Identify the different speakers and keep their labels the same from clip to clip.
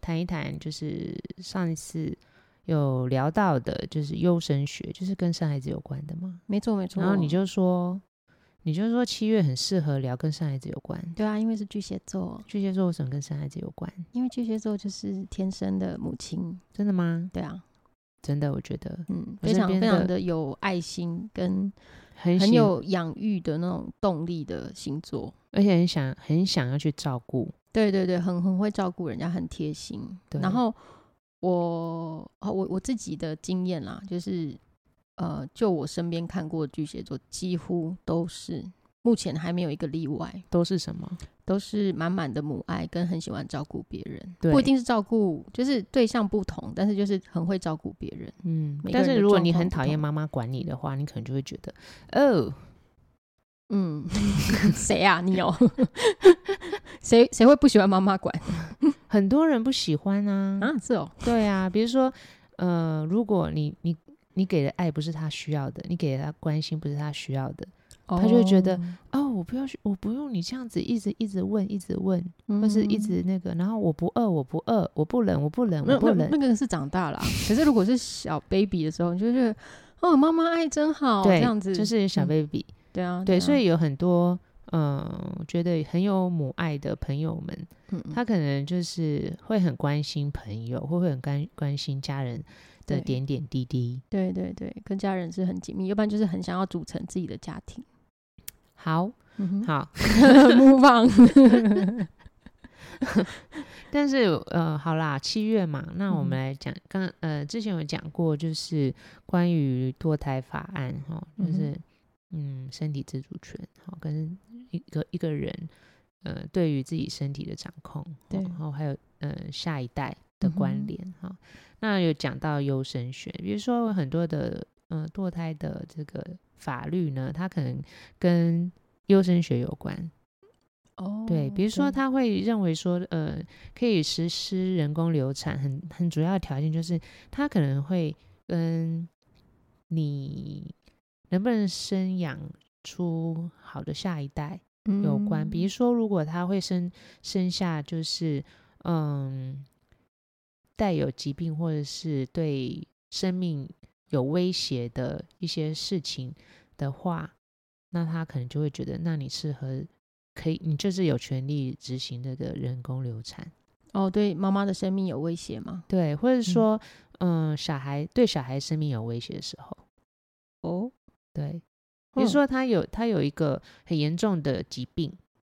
Speaker 1: 谈一谈，就是上一次有聊到的，就是优生学，就是跟生孩子有关的嘛。
Speaker 2: 没错没错。
Speaker 1: 然后你就说，你就说七月很适合聊跟生孩子有关。
Speaker 2: 对啊，因为是巨蟹座，
Speaker 1: 巨蟹座为什么跟生孩子有关？
Speaker 2: 因为巨蟹座就是天生的母亲，
Speaker 1: 真的吗？
Speaker 2: 对啊，
Speaker 1: 真的，我觉得
Speaker 2: 嗯，
Speaker 1: 我
Speaker 2: 非
Speaker 1: 身
Speaker 2: 常
Speaker 1: 边
Speaker 2: 非
Speaker 1: 的
Speaker 2: 常的有爱心跟
Speaker 1: 很
Speaker 2: 很
Speaker 1: 喜，
Speaker 2: 有养育的那种动力的星座。
Speaker 1: 而且很想很想要去照顾。
Speaker 2: 对对对，很很会照顾人家，很贴心。
Speaker 1: 对
Speaker 2: 然后我哦，我我自己的经验啦，就是呃，就我身边看过的巨蟹座，几乎都是目前还没有一个例外，
Speaker 1: 都是什么？
Speaker 2: 都是满满的母爱，跟很喜欢照顾别人。
Speaker 1: 对
Speaker 2: 不一定是照顾，就是对象不同，但是就是很会照顾别人。
Speaker 1: 嗯
Speaker 2: 每个
Speaker 1: 但
Speaker 2: 人
Speaker 1: 是
Speaker 2: 的
Speaker 1: 如果
Speaker 2: 状
Speaker 1: 你
Speaker 2: 况
Speaker 1: 很
Speaker 2: 不
Speaker 1: 讨厌
Speaker 2: 同
Speaker 1: 妈妈管你的话，你可能就会觉得，哦，
Speaker 2: 嗯， 谁啊？你有 谁谁会不喜欢妈妈管
Speaker 1: 很多人不喜欢啊。
Speaker 2: 啊？是哦，
Speaker 1: 对啊，比如说，呃，如果你你你给的爱不是他需要的，你给的他关心不是他需要的，
Speaker 2: 他
Speaker 1: 就会觉得哦，我不要去，我不用你这样子一直一直问，一直问，
Speaker 2: 哦嗯
Speaker 1: 或是一直那个，然后我不饿，我不饿，我不冷，我不冷，
Speaker 2: 那
Speaker 1: 我不
Speaker 2: 那
Speaker 1: 冷
Speaker 2: 那，个是长大了 啊、可是如果是小 baby 的时候，你就觉得哦，妈妈爱真好，
Speaker 1: 对，
Speaker 2: 这样子
Speaker 1: 就是小
Speaker 2: 嗯
Speaker 1: baby，、
Speaker 2: 对啊，
Speaker 1: 对，
Speaker 2: 啊
Speaker 1: 所以有很多。嗯，我觉得很有母爱的朋友们，
Speaker 2: 嗯嗯
Speaker 1: 他可能就是会很关心朋友，或会很关关心家人的
Speaker 2: 对
Speaker 1: 点点滴滴。
Speaker 2: 对对对，跟家人是很紧密，要不然就是很想要组成自己的家 庭。
Speaker 1: 好，
Speaker 2: 嗯哼，
Speaker 1: 好，
Speaker 2: move on，
Speaker 1: 但是呃，好啦，七月嘛，那我
Speaker 2: 嗯
Speaker 1: 们来讲，刚呃之前有讲过，就是关于堕胎法案哈，就
Speaker 2: 嗯哼
Speaker 1: 是嗯身体自主权哈，跟一个一个人呃对于自己身体的掌控，齁
Speaker 2: 对
Speaker 1: 然后还有呃下一代的
Speaker 2: 嗯
Speaker 1: 关
Speaker 2: 哼
Speaker 1: 联哈、那有讲到优生学，比如说很多的呃堕胎的这个法律呢，它可能跟优生学有关，
Speaker 2: 哦
Speaker 1: 对，比如说他会认为说，呃，可以实施人工流产，很很主要的条件就是他可能会跟你能不能生养出好的下一代有关。
Speaker 2: 嗯
Speaker 1: 比如说，如果他会生生下就是嗯带有疾病或者是对生命有威胁的一些事情的话，那他可能就会觉得，那你适合可以，你就是有权利执行这个人工流产，
Speaker 2: 哦，对妈妈的生命有威胁吗？
Speaker 1: 对，或者说，嗯、小孩对小孩生命有威胁的时候，
Speaker 2: 哦
Speaker 1: 对，比如
Speaker 2: 嗯
Speaker 1: 说他有他有一个很严重的疾病，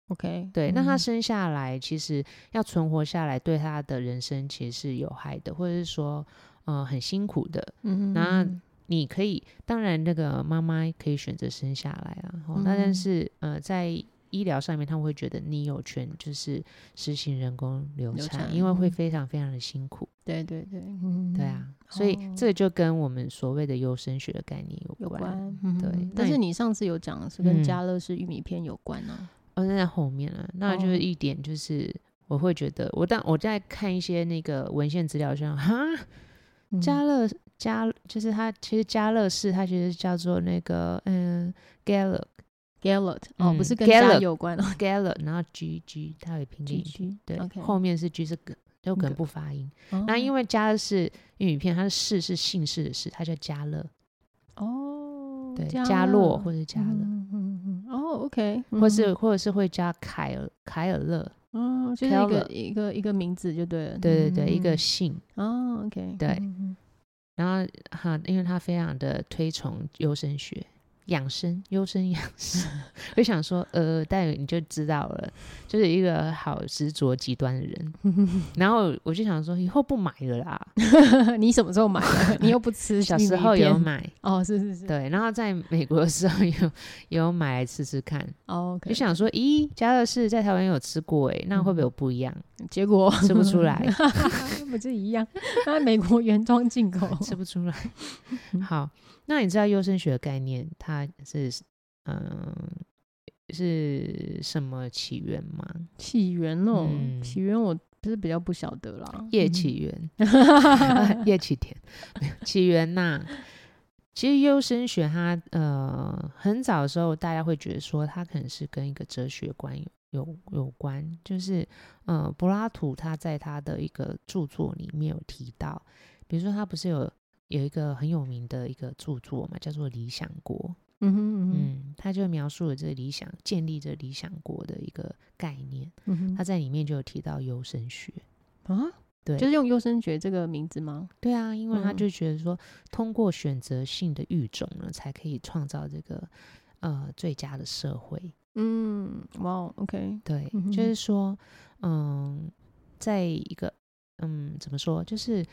Speaker 2: ，OK，
Speaker 1: 对，那他
Speaker 2: 嗯
Speaker 1: 生下来其实要存活下来，对他的人生其实是有害的，或者是说，呃，很辛苦的，
Speaker 2: 嗯
Speaker 1: 那
Speaker 2: 嗯
Speaker 1: 你可以，当然那个妈妈可以选择生下来啊，哦，那但
Speaker 2: 嗯
Speaker 1: 是呃，在医疗上面，他们会觉得你有权就是实行人工流
Speaker 2: 流
Speaker 1: 产，
Speaker 2: 产
Speaker 1: 因为会
Speaker 2: 嗯
Speaker 1: 非常非常的辛苦，
Speaker 2: 对对对，嗯
Speaker 1: 对啊，，所以
Speaker 2: 哦
Speaker 1: 这个就跟我们所谓的优生学的概念
Speaker 2: 有
Speaker 1: 有关，
Speaker 2: 关，嗯
Speaker 1: 对
Speaker 2: 嗯
Speaker 1: 那
Speaker 2: 但
Speaker 1: 你
Speaker 2: 是你上次有讲是跟
Speaker 1: 嗯
Speaker 2: 家乐氏玉米片有关啊，
Speaker 1: 哦，那在后面了、那就
Speaker 2: 哦
Speaker 1: 是一点就是。我会觉得，我当我在看一些那个文献资料上，哈，
Speaker 2: 嗯
Speaker 1: 加勒加就是它，其实加勒市它其实叫做那个嗯 g a l l
Speaker 2: Gallet 哦，不
Speaker 1: 嗯
Speaker 2: 是跟家
Speaker 1: ，Gallup
Speaker 2: 有关哦
Speaker 1: g a l l 然后 G G 它会拼进去，对
Speaker 2: OK
Speaker 1: 后面是 G 是梗，就可能
Speaker 2: 梗
Speaker 1: 不发音。
Speaker 2: 哦。
Speaker 1: 那因为加勒是玉米片，它的氏是姓氏的氏，它叫加勒，
Speaker 2: 哦，
Speaker 1: 对，
Speaker 2: 加
Speaker 1: 加洛
Speaker 2: 勒
Speaker 1: 或者加勒，
Speaker 2: 嗯嗯嗯嗯，哦，OK，
Speaker 1: 或是或者是会加凯尔凯尔勒，
Speaker 2: 嗯，哦就是一个
Speaker 1: Gallup
Speaker 2: 一个一个名字就对了，
Speaker 1: 对对对，一个
Speaker 2: 嗯
Speaker 1: 姓。
Speaker 2: 哦，OK，
Speaker 1: 对
Speaker 2: 嗯，嗯嗯
Speaker 1: 然后哈，因为他非常的推崇优生学，养生、优生养生， 我想说，呃，但你就知道了，就是一个好执着极端的人。然后我就想说，以后不买了啦。
Speaker 2: 嗯 你什么时候买的？你又不吃玉米
Speaker 1: 小
Speaker 2: 片，
Speaker 1: 时候有买，
Speaker 2: 哦，是是是，
Speaker 1: 对，然后在美国的时候有有买来吃吃看，
Speaker 2: 哦，OK，
Speaker 1: 就想说，咦，家乐士在台湾有吃过诶，那会不会有不一样？
Speaker 2: 结果
Speaker 1: 吃不 出来，
Speaker 2: 不是一样？那美国原装进 口，
Speaker 1: 吃不出来。好，那你知道优生学的概念它是嗯是什么起源吗？
Speaker 2: 起源哦，
Speaker 1: 嗯
Speaker 2: 起源我不是比较不晓得啦。
Speaker 1: 叶起源，
Speaker 2: 嗯
Speaker 1: 叶启田，没有起源呐、其实优生学它呃很早的时候，大家会觉得说它可能是跟一个哲学观有有有关，就是呃柏拉图他在他的一个著作里面有提到，比如说他不是有有一个很有名的一个著作嘛，叫做《理想国》。
Speaker 2: 嗯哼嗯哼
Speaker 1: 嗯，他就描述了这理想建立这理想国的一个概念，
Speaker 2: 嗯
Speaker 1: 他在里面就有提到优生学。
Speaker 2: 哼啊，
Speaker 1: 对
Speaker 2: 就是用优生学这个名字吗？
Speaker 1: 对啊，因为他
Speaker 2: 嗯
Speaker 1: 就觉得说，通过选择性的育种呢，才可以创造这个呃最佳的社会。
Speaker 2: 嗯，哇哦，OK，
Speaker 1: 对，
Speaker 2: 嗯哼
Speaker 1: 就是说，嗯，在一个嗯怎么说，就是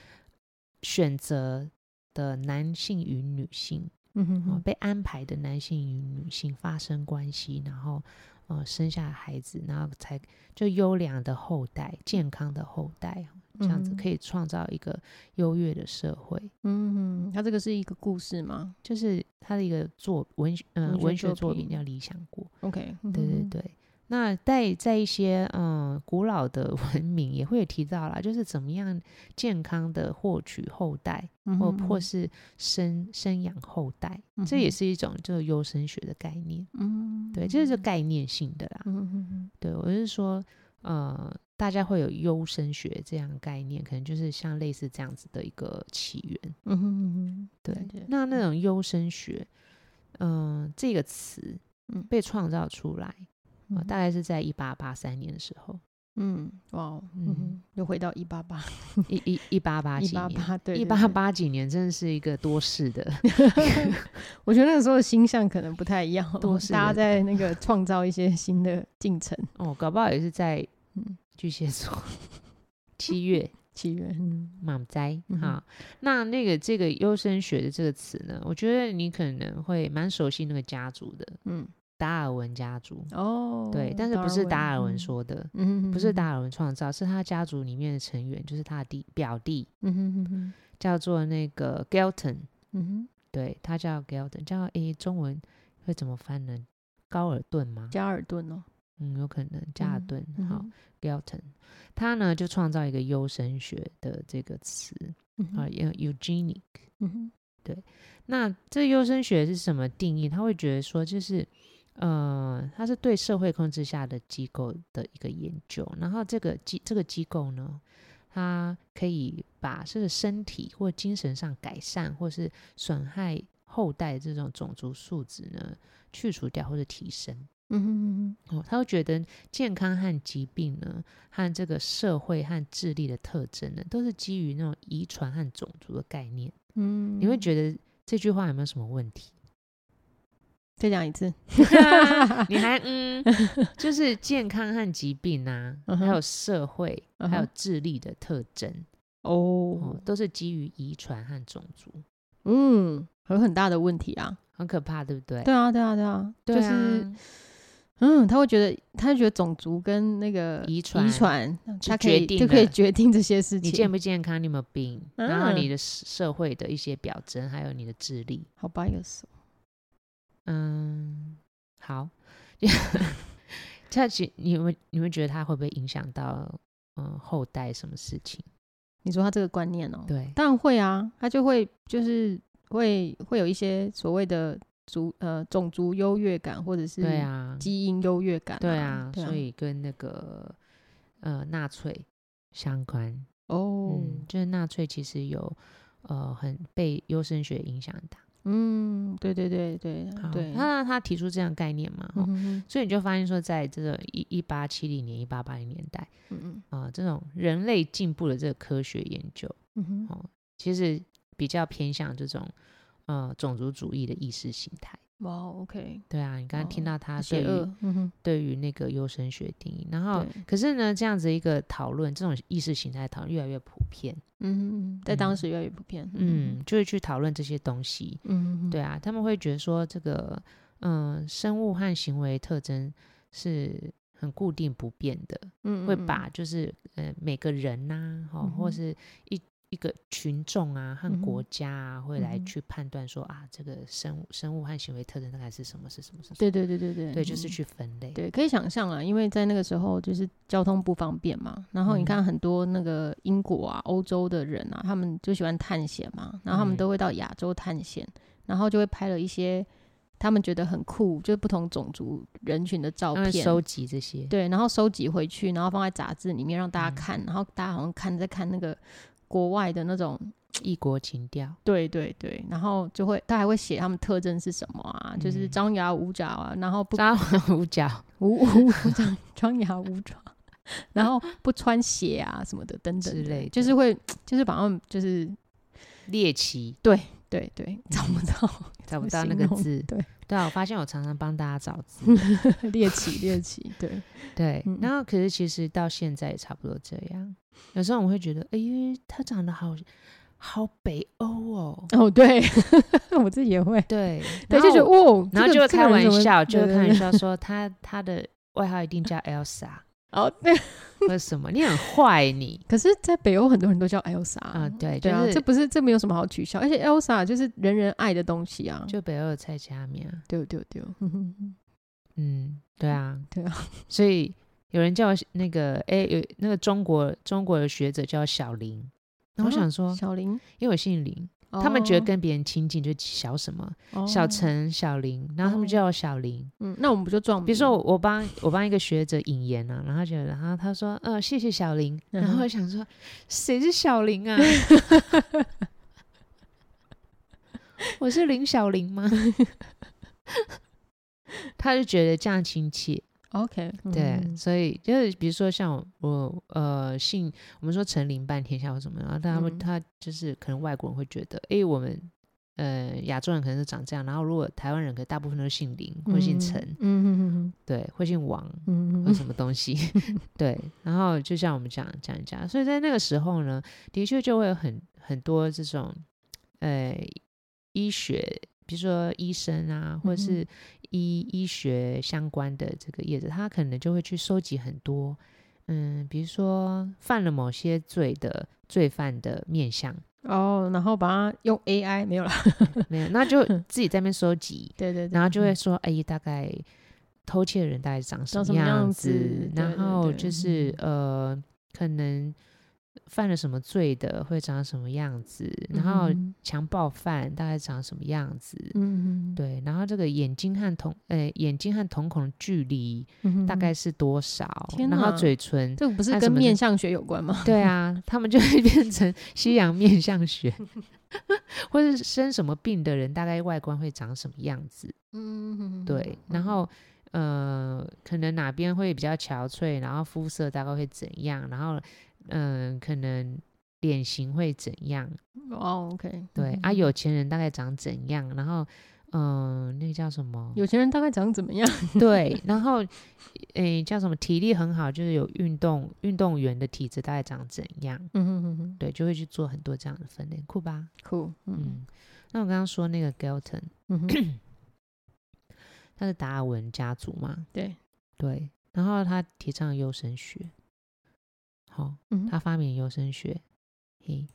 Speaker 1: 选择的男性与女性
Speaker 2: 嗯哼
Speaker 1: 哦，
Speaker 2: 哼，
Speaker 1: 被安排的男性与女性发生关系，然后呃生下孩子，然后才就优良的后代、健康的后代，这样子
Speaker 2: 嗯哼
Speaker 1: 可以创造一个优越的社会。
Speaker 2: 嗯哼，它这个是一个故事吗
Speaker 1: 就是他的一个作文学呃
Speaker 2: 文学
Speaker 1: 文学
Speaker 2: 作
Speaker 1: 作
Speaker 2: 品
Speaker 1: 品叫《理想国》。
Speaker 2: ？OK，嗯哼
Speaker 1: 对对
Speaker 2: 哼，
Speaker 1: 对。那在在一些嗯古老的文明也会有提到啦，就是怎么样健康的获取后代，
Speaker 2: 嗯
Speaker 1: 或
Speaker 2: 哼嗯
Speaker 1: 或是生生养后代，这也，是一种就是优生学的概念。
Speaker 2: 嗯哼，
Speaker 1: 对，这是概念性的啦。
Speaker 2: 嗯哼哼哼
Speaker 1: 对我是说，呃，大家会有优生学这样的概念，可能就是像类似这样子的一个起源。
Speaker 2: 嗯哼哼哼，
Speaker 1: 对
Speaker 2: 了解，
Speaker 1: 那那种优生学，嗯、这个词，
Speaker 2: 嗯
Speaker 1: 被创造出来，呃
Speaker 2: 嗯
Speaker 1: 大概是在一八八三年的时候，
Speaker 2: 嗯，哇哦，嗯
Speaker 1: 嗯
Speaker 2: 哼，又回到一八八，
Speaker 1: 一一一八八
Speaker 2: 一
Speaker 1: 几
Speaker 2: 八
Speaker 1: 年，
Speaker 2: 八，对，对
Speaker 1: 一八，八几年真的是一个多事 的，
Speaker 2: 对我觉得那个时候的星象可能不太一样哦，
Speaker 1: 多是
Speaker 2: 大家
Speaker 1: 人
Speaker 2: 在那个创造一些新的进程。
Speaker 1: 哦，搞不好也是在
Speaker 2: 嗯
Speaker 1: 巨蟹座七月
Speaker 2: 起源，嗯
Speaker 1: 满灾
Speaker 2: 嗯哼
Speaker 1: 啊。那那个这个优生学的这个词呢，我觉得你可能会蛮熟悉那个家族的
Speaker 2: 嗯，
Speaker 1: 达尔文家族，
Speaker 2: 哦，
Speaker 1: 对，但是不是达尔文
Speaker 2: 嗯，
Speaker 1: 说的，
Speaker 2: 嗯，
Speaker 1: 不是
Speaker 2: 达，
Speaker 1: 达尔文创造，是他家族里面的成员，就是他的弟表弟，
Speaker 2: 嗯哼哼哼，
Speaker 1: 叫做那个 Gelton，
Speaker 2: 嗯哼，
Speaker 1: 对他叫 Gelton，叫诶、中文会怎么翻呢？高尔顿吗？
Speaker 2: 加尔顿哦，
Speaker 1: 嗯，有可能加尔顿。
Speaker 2: 嗯
Speaker 1: 好
Speaker 2: 哼，
Speaker 1: ，Gelton，他呢就创造一个优生学的这个词
Speaker 2: 嗯
Speaker 1: 啊、
Speaker 2: 哼，
Speaker 1: e u g e n i c
Speaker 2: 嗯哼，
Speaker 1: 那这优生学是什么定义？他会觉得说，就是呃，它是对社会控制下的机构的一个研究，然后这个机这个机构呢，它可以把这个身体或精神上改善或是损害后代这种种族素质呢，去除掉或者提升。
Speaker 2: 嗯哼嗯
Speaker 1: 哦，他会觉得健康和疾病呢，和这个社会和智力的特征呢，都是基于那种遗传和种族的概念。
Speaker 2: 哼，嗯，
Speaker 1: 你会觉得这句话有没有什么问题？
Speaker 2: 再讲一次，
Speaker 1: 你还嗯，就是健康和疾病啊，
Speaker 2: 嗯哼
Speaker 1: 还有社会，
Speaker 2: 嗯哼
Speaker 1: 还有智力的特征哦
Speaker 2: 哦，，
Speaker 1: 都是基于遗传和种族，
Speaker 2: 嗯，有很大的问题啊，
Speaker 1: 很可怕，对不对？
Speaker 2: 对啊，对啊，对啊，
Speaker 1: 对
Speaker 2: 就是
Speaker 1: 啊
Speaker 2: 嗯，他会觉得，他会觉得种族跟那个
Speaker 1: 遗传
Speaker 2: 遗传，
Speaker 1: 是
Speaker 2: 他可以
Speaker 1: 决定
Speaker 2: 就可以
Speaker 1: 的
Speaker 2: 决定这些事
Speaker 1: 你健
Speaker 2: 情。
Speaker 1: 不健康，你有没有病，然后
Speaker 2: 嗯
Speaker 1: 你的社社会的一些表征，还有你的智力，
Speaker 2: 好吧，有时
Speaker 1: 嗯，好， 这其你们你们觉得它会不会影响到嗯后代什么事情？
Speaker 2: 你说他这个观念哦、
Speaker 1: 对，
Speaker 2: 当然会啊，他就会就是会会有一些所谓的族呃种族优越感，或者是
Speaker 1: 对啊，
Speaker 2: 基因优越感、
Speaker 1: 对啊
Speaker 2: 啊，，
Speaker 1: 所以跟那个呃纳粹相关，
Speaker 2: 哦，
Speaker 1: 嗯，就是纳粹其实有呃很被优生学影响大，
Speaker 2: 嗯，对对对对
Speaker 1: 好
Speaker 2: 对，
Speaker 1: 他他提出这样概念嘛，
Speaker 2: 嗯
Speaker 1: 齁
Speaker 2: 哼哼
Speaker 1: 所以你就发现说，在这个一一八七零年、一八八零年代
Speaker 2: 嗯嗯
Speaker 1: 啊、呃这种人类进步的这个科学研究，
Speaker 2: 嗯
Speaker 1: 哦，其实比较偏向这种呃种族主义的意识形态。
Speaker 2: 哼，哇，OK，
Speaker 1: 对啊，你刚刚听到他对
Speaker 2: 邪
Speaker 1: 于
Speaker 2: 恶，嗯哼，
Speaker 1: 对于那个优生学定义，然后
Speaker 2: 对
Speaker 1: 可是呢，这样子一个讨论，这种意识形态讨论越来越普遍，
Speaker 2: 嗯哼，在当时越来越普遍，
Speaker 1: 嗯，就会去讨论这些东西，
Speaker 2: 嗯，
Speaker 1: 对
Speaker 2: 啊，
Speaker 1: 啊，他们会觉得说这个，嗯、生物和行为特征是很固定不变的，
Speaker 2: 嗯，
Speaker 1: 会
Speaker 2: 嗯
Speaker 1: 把就是呃每个人呐、哦，
Speaker 2: 嗯
Speaker 1: 或
Speaker 2: 哼
Speaker 1: 是一一个群众啊和
Speaker 2: 嗯哼
Speaker 1: 国家啊，会来
Speaker 2: 嗯哼
Speaker 1: 去判断说啊，这个生物生物和行为特征大概是什么是什么是什么，
Speaker 2: 对对对对对，
Speaker 1: 对，就是
Speaker 2: 嗯
Speaker 1: 去分类，
Speaker 2: 对，可以想象啊，因为在那个时候就是交通不方便嘛，然后
Speaker 1: 嗯
Speaker 2: 你看很多那个英国啊、欧洲的人啊，他们就喜欢探险嘛，然后他们
Speaker 1: 嗯
Speaker 2: 都会到亚洲探险，然后就会拍了一些他们觉得很酷，就是不同种族人群的照
Speaker 1: 他们
Speaker 2: 片，
Speaker 1: 收集这些，
Speaker 2: 对，然后收集回去，然后放在杂志里面让大家
Speaker 1: 嗯
Speaker 2: 看，然后大家好像看在看那个国外的那种
Speaker 1: 异国情调，
Speaker 2: 对对对，然后就会他还会写他们特征是什么啊，就是
Speaker 1: 嗯
Speaker 2: 张牙舞爪啊，然后不
Speaker 1: 张牙舞爪，
Speaker 2: 无无张张牙舞爪，然后不穿鞋啊什么的等等
Speaker 1: 之
Speaker 2: 的
Speaker 1: 类
Speaker 2: 就是
Speaker 1: 的
Speaker 2: 会就是把他们就是
Speaker 1: 猎奇，
Speaker 2: 对对找不到
Speaker 1: 嗯找不
Speaker 2: 么
Speaker 1: 到那
Speaker 2: 形
Speaker 1: 个
Speaker 2: 容
Speaker 1: 字，
Speaker 2: 对
Speaker 1: 对啊，我发现我常常帮大家找字，
Speaker 2: 猎奇猎奇，对
Speaker 1: 对，
Speaker 2: 嗯
Speaker 1: 然后可是其实到现在也差不多这样。有时候我们会觉得，哎、呦，他长得好好北欧哦，
Speaker 2: 哦对， 我自己也会，
Speaker 1: 对，
Speaker 2: 对
Speaker 1: 然
Speaker 2: 就觉得
Speaker 1: 后
Speaker 2: 哦，
Speaker 1: 然后
Speaker 2: 这
Speaker 1: 就
Speaker 2: 个
Speaker 1: 会开玩笑，就会开玩，
Speaker 2: 这个人怎么对对对
Speaker 1: 笑说他他的外号一定叫 Elsa
Speaker 2: 哦对，
Speaker 1: 或者什么，你很坏你
Speaker 2: 可是，在北欧很多人都叫 Elsa
Speaker 1: 啊，对，就
Speaker 2: 对 啊，
Speaker 1: 是
Speaker 2: 这不是这没有什么好取笑，而且 Elsa 就是人人爱的东西啊，
Speaker 1: 就北欧的蔡佳明啊，
Speaker 2: 丢丢丢，
Speaker 1: 嗯，对啊，
Speaker 2: 对啊，
Speaker 1: 所以有人叫我那个哎、有那个中国中国的学者叫小林，那我
Speaker 2: 啊
Speaker 1: 想说，
Speaker 2: 小林，
Speaker 1: 因为我姓林，他们觉得
Speaker 2: 哦
Speaker 1: 跟别人亲近就小什么。小，
Speaker 2: 哦
Speaker 1: 陈、小林，然后他们
Speaker 2: 哦
Speaker 1: 叫我小林。
Speaker 2: 嗯，那我们不就撞名？
Speaker 1: 比如说我我帮我帮一个学者引言啊，然后觉得，然后他说，呃，谢谢小林，然
Speaker 2: 嗯
Speaker 1: 后
Speaker 2: 哼
Speaker 1: 我想说，谁是小林啊？ 我是林小林吗？ 他就觉得这样亲切，
Speaker 2: OK，
Speaker 1: 对，
Speaker 2: 嗯
Speaker 1: 所以就是比如说像我我呃姓我们说陈林半天下或什么，然后他会、
Speaker 2: 嗯
Speaker 1: 他就是可能外国人会觉得，诶，我们呃亚洲人可能是长这样，然后如果台湾人可能大部分都姓林或姓陈，
Speaker 2: 嗯嗯
Speaker 1: 对，或姓王
Speaker 2: 嗯
Speaker 1: 或什么东西， 对，然后就像我们讲讲讲，所以在那个时候呢，的确就会有很很多这种呃医学。比如说医生啊，或者
Speaker 2: 嗯哼
Speaker 1: 是医、医学相关的这个业者，他可能就会去收集很多，嗯，比如说犯了某些罪的罪犯的面相，
Speaker 2: 哦，然后把它用 AI 没有啦，
Speaker 1: 没有，那 就自己在那边收集，
Speaker 2: 对对对，
Speaker 1: 然后就会说，哎、大概偷窃的人大概长
Speaker 2: 嗯
Speaker 1: 什
Speaker 2: 长什
Speaker 1: 么
Speaker 2: 么
Speaker 1: 样
Speaker 2: 样
Speaker 1: 子，
Speaker 2: 子对
Speaker 1: 然
Speaker 2: 对
Speaker 1: 后
Speaker 2: 对嗯
Speaker 1: 就是呃，可能犯了什么罪的会长什么样子，然后
Speaker 2: 嗯
Speaker 1: 强暴犯大概长什么样子，
Speaker 2: 嗯，
Speaker 1: 对，然后这个眼睛和瞳呃眼睛和瞳孔的距离
Speaker 2: 对
Speaker 1: 大概是多少，
Speaker 2: 嗯天
Speaker 1: 然后
Speaker 2: 哪
Speaker 1: 嘴唇。
Speaker 2: 这个不
Speaker 1: 还
Speaker 2: 是
Speaker 1: 有什
Speaker 2: 跟
Speaker 1: 么
Speaker 2: 面
Speaker 1: 是
Speaker 2: 相学有关吗？
Speaker 1: 对啊，他们就会变 成西洋面相学， 或是生什么病的人大概外观会长什么样子。
Speaker 2: 嗯，
Speaker 1: 对，然后呃，可能哪边会比较憔悴，然后肤色大概会怎样，然后嗯、呃可能脸型会怎样，
Speaker 2: 哦，OK，
Speaker 1: 对、啊，有钱人大概长怎样，然后嗯、呃那个叫什么？
Speaker 2: 有钱人大概长怎么样？
Speaker 1: 对，然后诶、叫什么？体力很好，就是有运动运动员的体质大概长怎样？
Speaker 2: 嗯哼哼哼，
Speaker 1: 对，就会去做很多这样的分类，酷吧？
Speaker 2: 酷，嗯
Speaker 1: 嗯，那我刚刚说那个 Galton，
Speaker 2: 嗯哼，
Speaker 1: 他是达尔文家族嘛，
Speaker 2: 对，
Speaker 1: 对，然后他提倡优生学，好、
Speaker 2: 嗯
Speaker 1: 他发明优生学，嘿，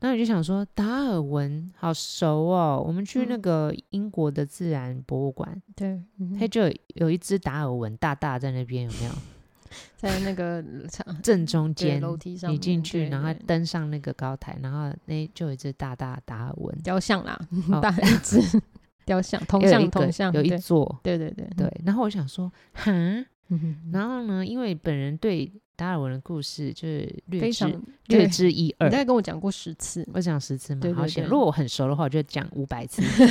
Speaker 1: 那我就想说，达尔文好熟哦，我们去那
Speaker 2: 嗯
Speaker 1: 个英国的自然博物馆，
Speaker 2: 对，
Speaker 1: 它就有有一只达尔文大大在那边，有没 有？
Speaker 2: 在那个长
Speaker 1: 正中
Speaker 2: 对
Speaker 1: 间，
Speaker 2: 楼梯上
Speaker 1: 你
Speaker 2: 面，
Speaker 1: 进去，
Speaker 2: 对
Speaker 1: 然后
Speaker 2: 对
Speaker 1: 登上那个高台，然后那就有一只大大达尔文，
Speaker 2: 雕像啦，
Speaker 1: 哦
Speaker 2: 大一只雕 像，铜
Speaker 1: 也有一
Speaker 2: 像，
Speaker 1: 个
Speaker 2: 铜像，
Speaker 1: 有一
Speaker 2: 对嗯
Speaker 1: 座，
Speaker 2: 对对对
Speaker 1: 对，，然后我想说，哈，
Speaker 2: 嗯
Speaker 1: 然后呢，因为本人对达尔文的故事就是略
Speaker 2: 非
Speaker 1: 知
Speaker 2: 常
Speaker 1: 略
Speaker 2: 对
Speaker 1: 知一
Speaker 2: 你
Speaker 1: 二
Speaker 2: 大。概跟我讲过十次，
Speaker 1: 我讲十次嘛，
Speaker 2: 对
Speaker 1: 好
Speaker 2: 对
Speaker 1: 险！
Speaker 2: 对
Speaker 1: 如果我很熟的话，我就讲五百次。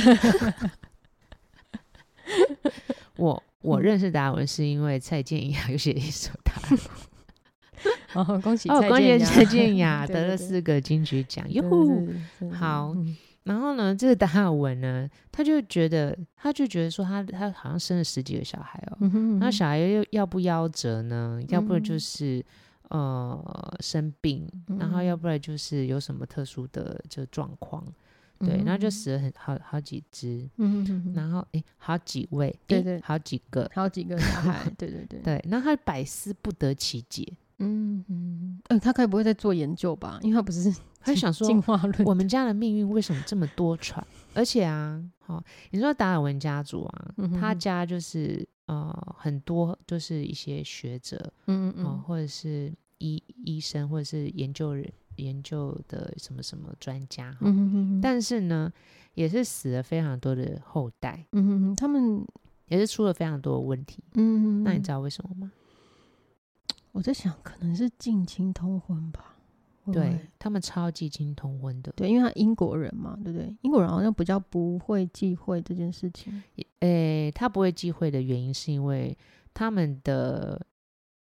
Speaker 2: 嗯
Speaker 1: 我我认识达尔文是因为蔡健雅有写一首达 尔文，
Speaker 2: 然后恭喜
Speaker 1: 哦，
Speaker 2: 蔡
Speaker 1: 关
Speaker 2: 健
Speaker 1: 于
Speaker 2: 雅，
Speaker 1: 蔡健雅
Speaker 2: 对
Speaker 1: 得
Speaker 2: 对
Speaker 1: 了
Speaker 2: 对
Speaker 1: 四个金曲奖，
Speaker 2: 对
Speaker 1: 哟呼！
Speaker 2: 对对对对
Speaker 1: 好
Speaker 2: 嗯
Speaker 1: 然后呢，这个达尔文呢，他就觉得，他就觉得说他，他好像生了十几个小孩哦。
Speaker 2: 嗯哼嗯
Speaker 1: 那
Speaker 2: 哼
Speaker 1: 小孩又要不夭折呢？要不然就
Speaker 2: 嗯
Speaker 1: 是、呃生病，然后要
Speaker 2: 嗯
Speaker 1: 不然就是有什么特殊的这状况，对，然后就
Speaker 2: 嗯
Speaker 1: 死了很好好几只，
Speaker 2: 嗯哼嗯哼，
Speaker 1: 然后诶好几位，诶
Speaker 2: 对对
Speaker 1: 好几个，
Speaker 2: 好几个 小孩，对对对，
Speaker 1: 对，那他百思不得其解，
Speaker 2: 嗯嗯，呃，他该不会在做研究吧？因为他不是
Speaker 1: 他就想说
Speaker 2: 进化论，
Speaker 1: 我们家的命运为什么这么多舛？而且啊，好、你知道达尔文家族啊，
Speaker 2: 嗯哼
Speaker 1: 他
Speaker 2: 哼
Speaker 1: 家就是呃很多就是一些学者
Speaker 2: 嗯
Speaker 1: 哦、
Speaker 2: 嗯
Speaker 1: 或者是医医生，或者是研究人研究的什么什么专家、
Speaker 2: 嗯哼
Speaker 1: 嗯，
Speaker 2: 哼哼，
Speaker 1: 但是呢，也是死了非常多的后代，
Speaker 2: 嗯哼哼，他们
Speaker 1: 也是出了非常多的问题。
Speaker 2: 嗯，
Speaker 1: 那你知道为什么吗？
Speaker 2: 我在想，可能是近亲通婚吧？会不
Speaker 1: 对
Speaker 2: 会
Speaker 1: 他们超级亲通婚的，
Speaker 2: 对，因为他英国人嘛，对不对？英国人好像比较不会忌讳这件事情。
Speaker 1: 诶、他不会忌讳的原因是因为他们的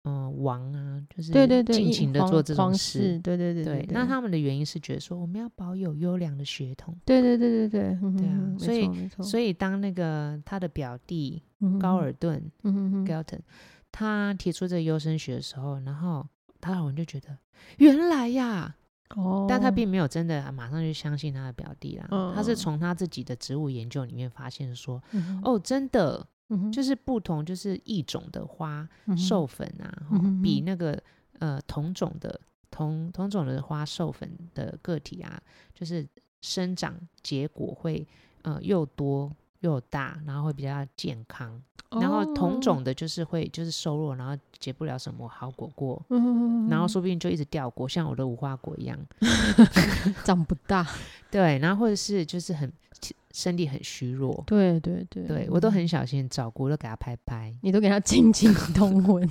Speaker 1: 嗯、呃王啊，就是
Speaker 2: 对对对，
Speaker 1: 尽
Speaker 2: 一
Speaker 1: 情的
Speaker 2: 皇
Speaker 1: 做这种
Speaker 2: 皇
Speaker 1: 事
Speaker 2: 室，。对对对
Speaker 1: 对
Speaker 2: 对。
Speaker 1: 那他们的原因是觉得说我们要保有优良的血统，
Speaker 2: 对对对对对，
Speaker 1: 对啊
Speaker 2: 嗯哼哼
Speaker 1: 所以
Speaker 2: 没错没错，
Speaker 1: 所以当那个他的表弟
Speaker 2: 以
Speaker 1: 高尔，顿
Speaker 2: 嗯哼哼
Speaker 1: （Galton） 他提出这优生学的时候，然后达尔文就觉得原来呀，
Speaker 2: 哦，
Speaker 1: 但他并没有真的马上就相信他的表弟啦，
Speaker 2: 嗯
Speaker 1: 他是
Speaker 2: 嗯
Speaker 1: 从他自己的植物研究里面发现说，
Speaker 2: 嗯哼，
Speaker 1: 哦，真的
Speaker 2: 嗯哼，
Speaker 1: 就是不同就是异种的花。
Speaker 2: 嗯哼
Speaker 1: 授粉啊，吼
Speaker 2: 嗯哼
Speaker 1: 比
Speaker 2: 哼
Speaker 1: 那个呃同种的同同种的花授粉的个体啊，就是生长结果会呃又多又大，然后会比较健康。然后同
Speaker 2: 哦，
Speaker 1: 种的就是会就是瘦弱，然后结不了什么好果果。
Speaker 2: 嗯哼哼哼
Speaker 1: 然后
Speaker 2: 哼
Speaker 1: 说不定就一直掉果，像我的无花果一样。
Speaker 2: 长不大，
Speaker 1: 对，然后或者是就是很身体很虚弱，
Speaker 2: 对对对，
Speaker 1: 对我都很小心地照顾，我都给他拍 拍。
Speaker 2: 你都给他近亲通 婚，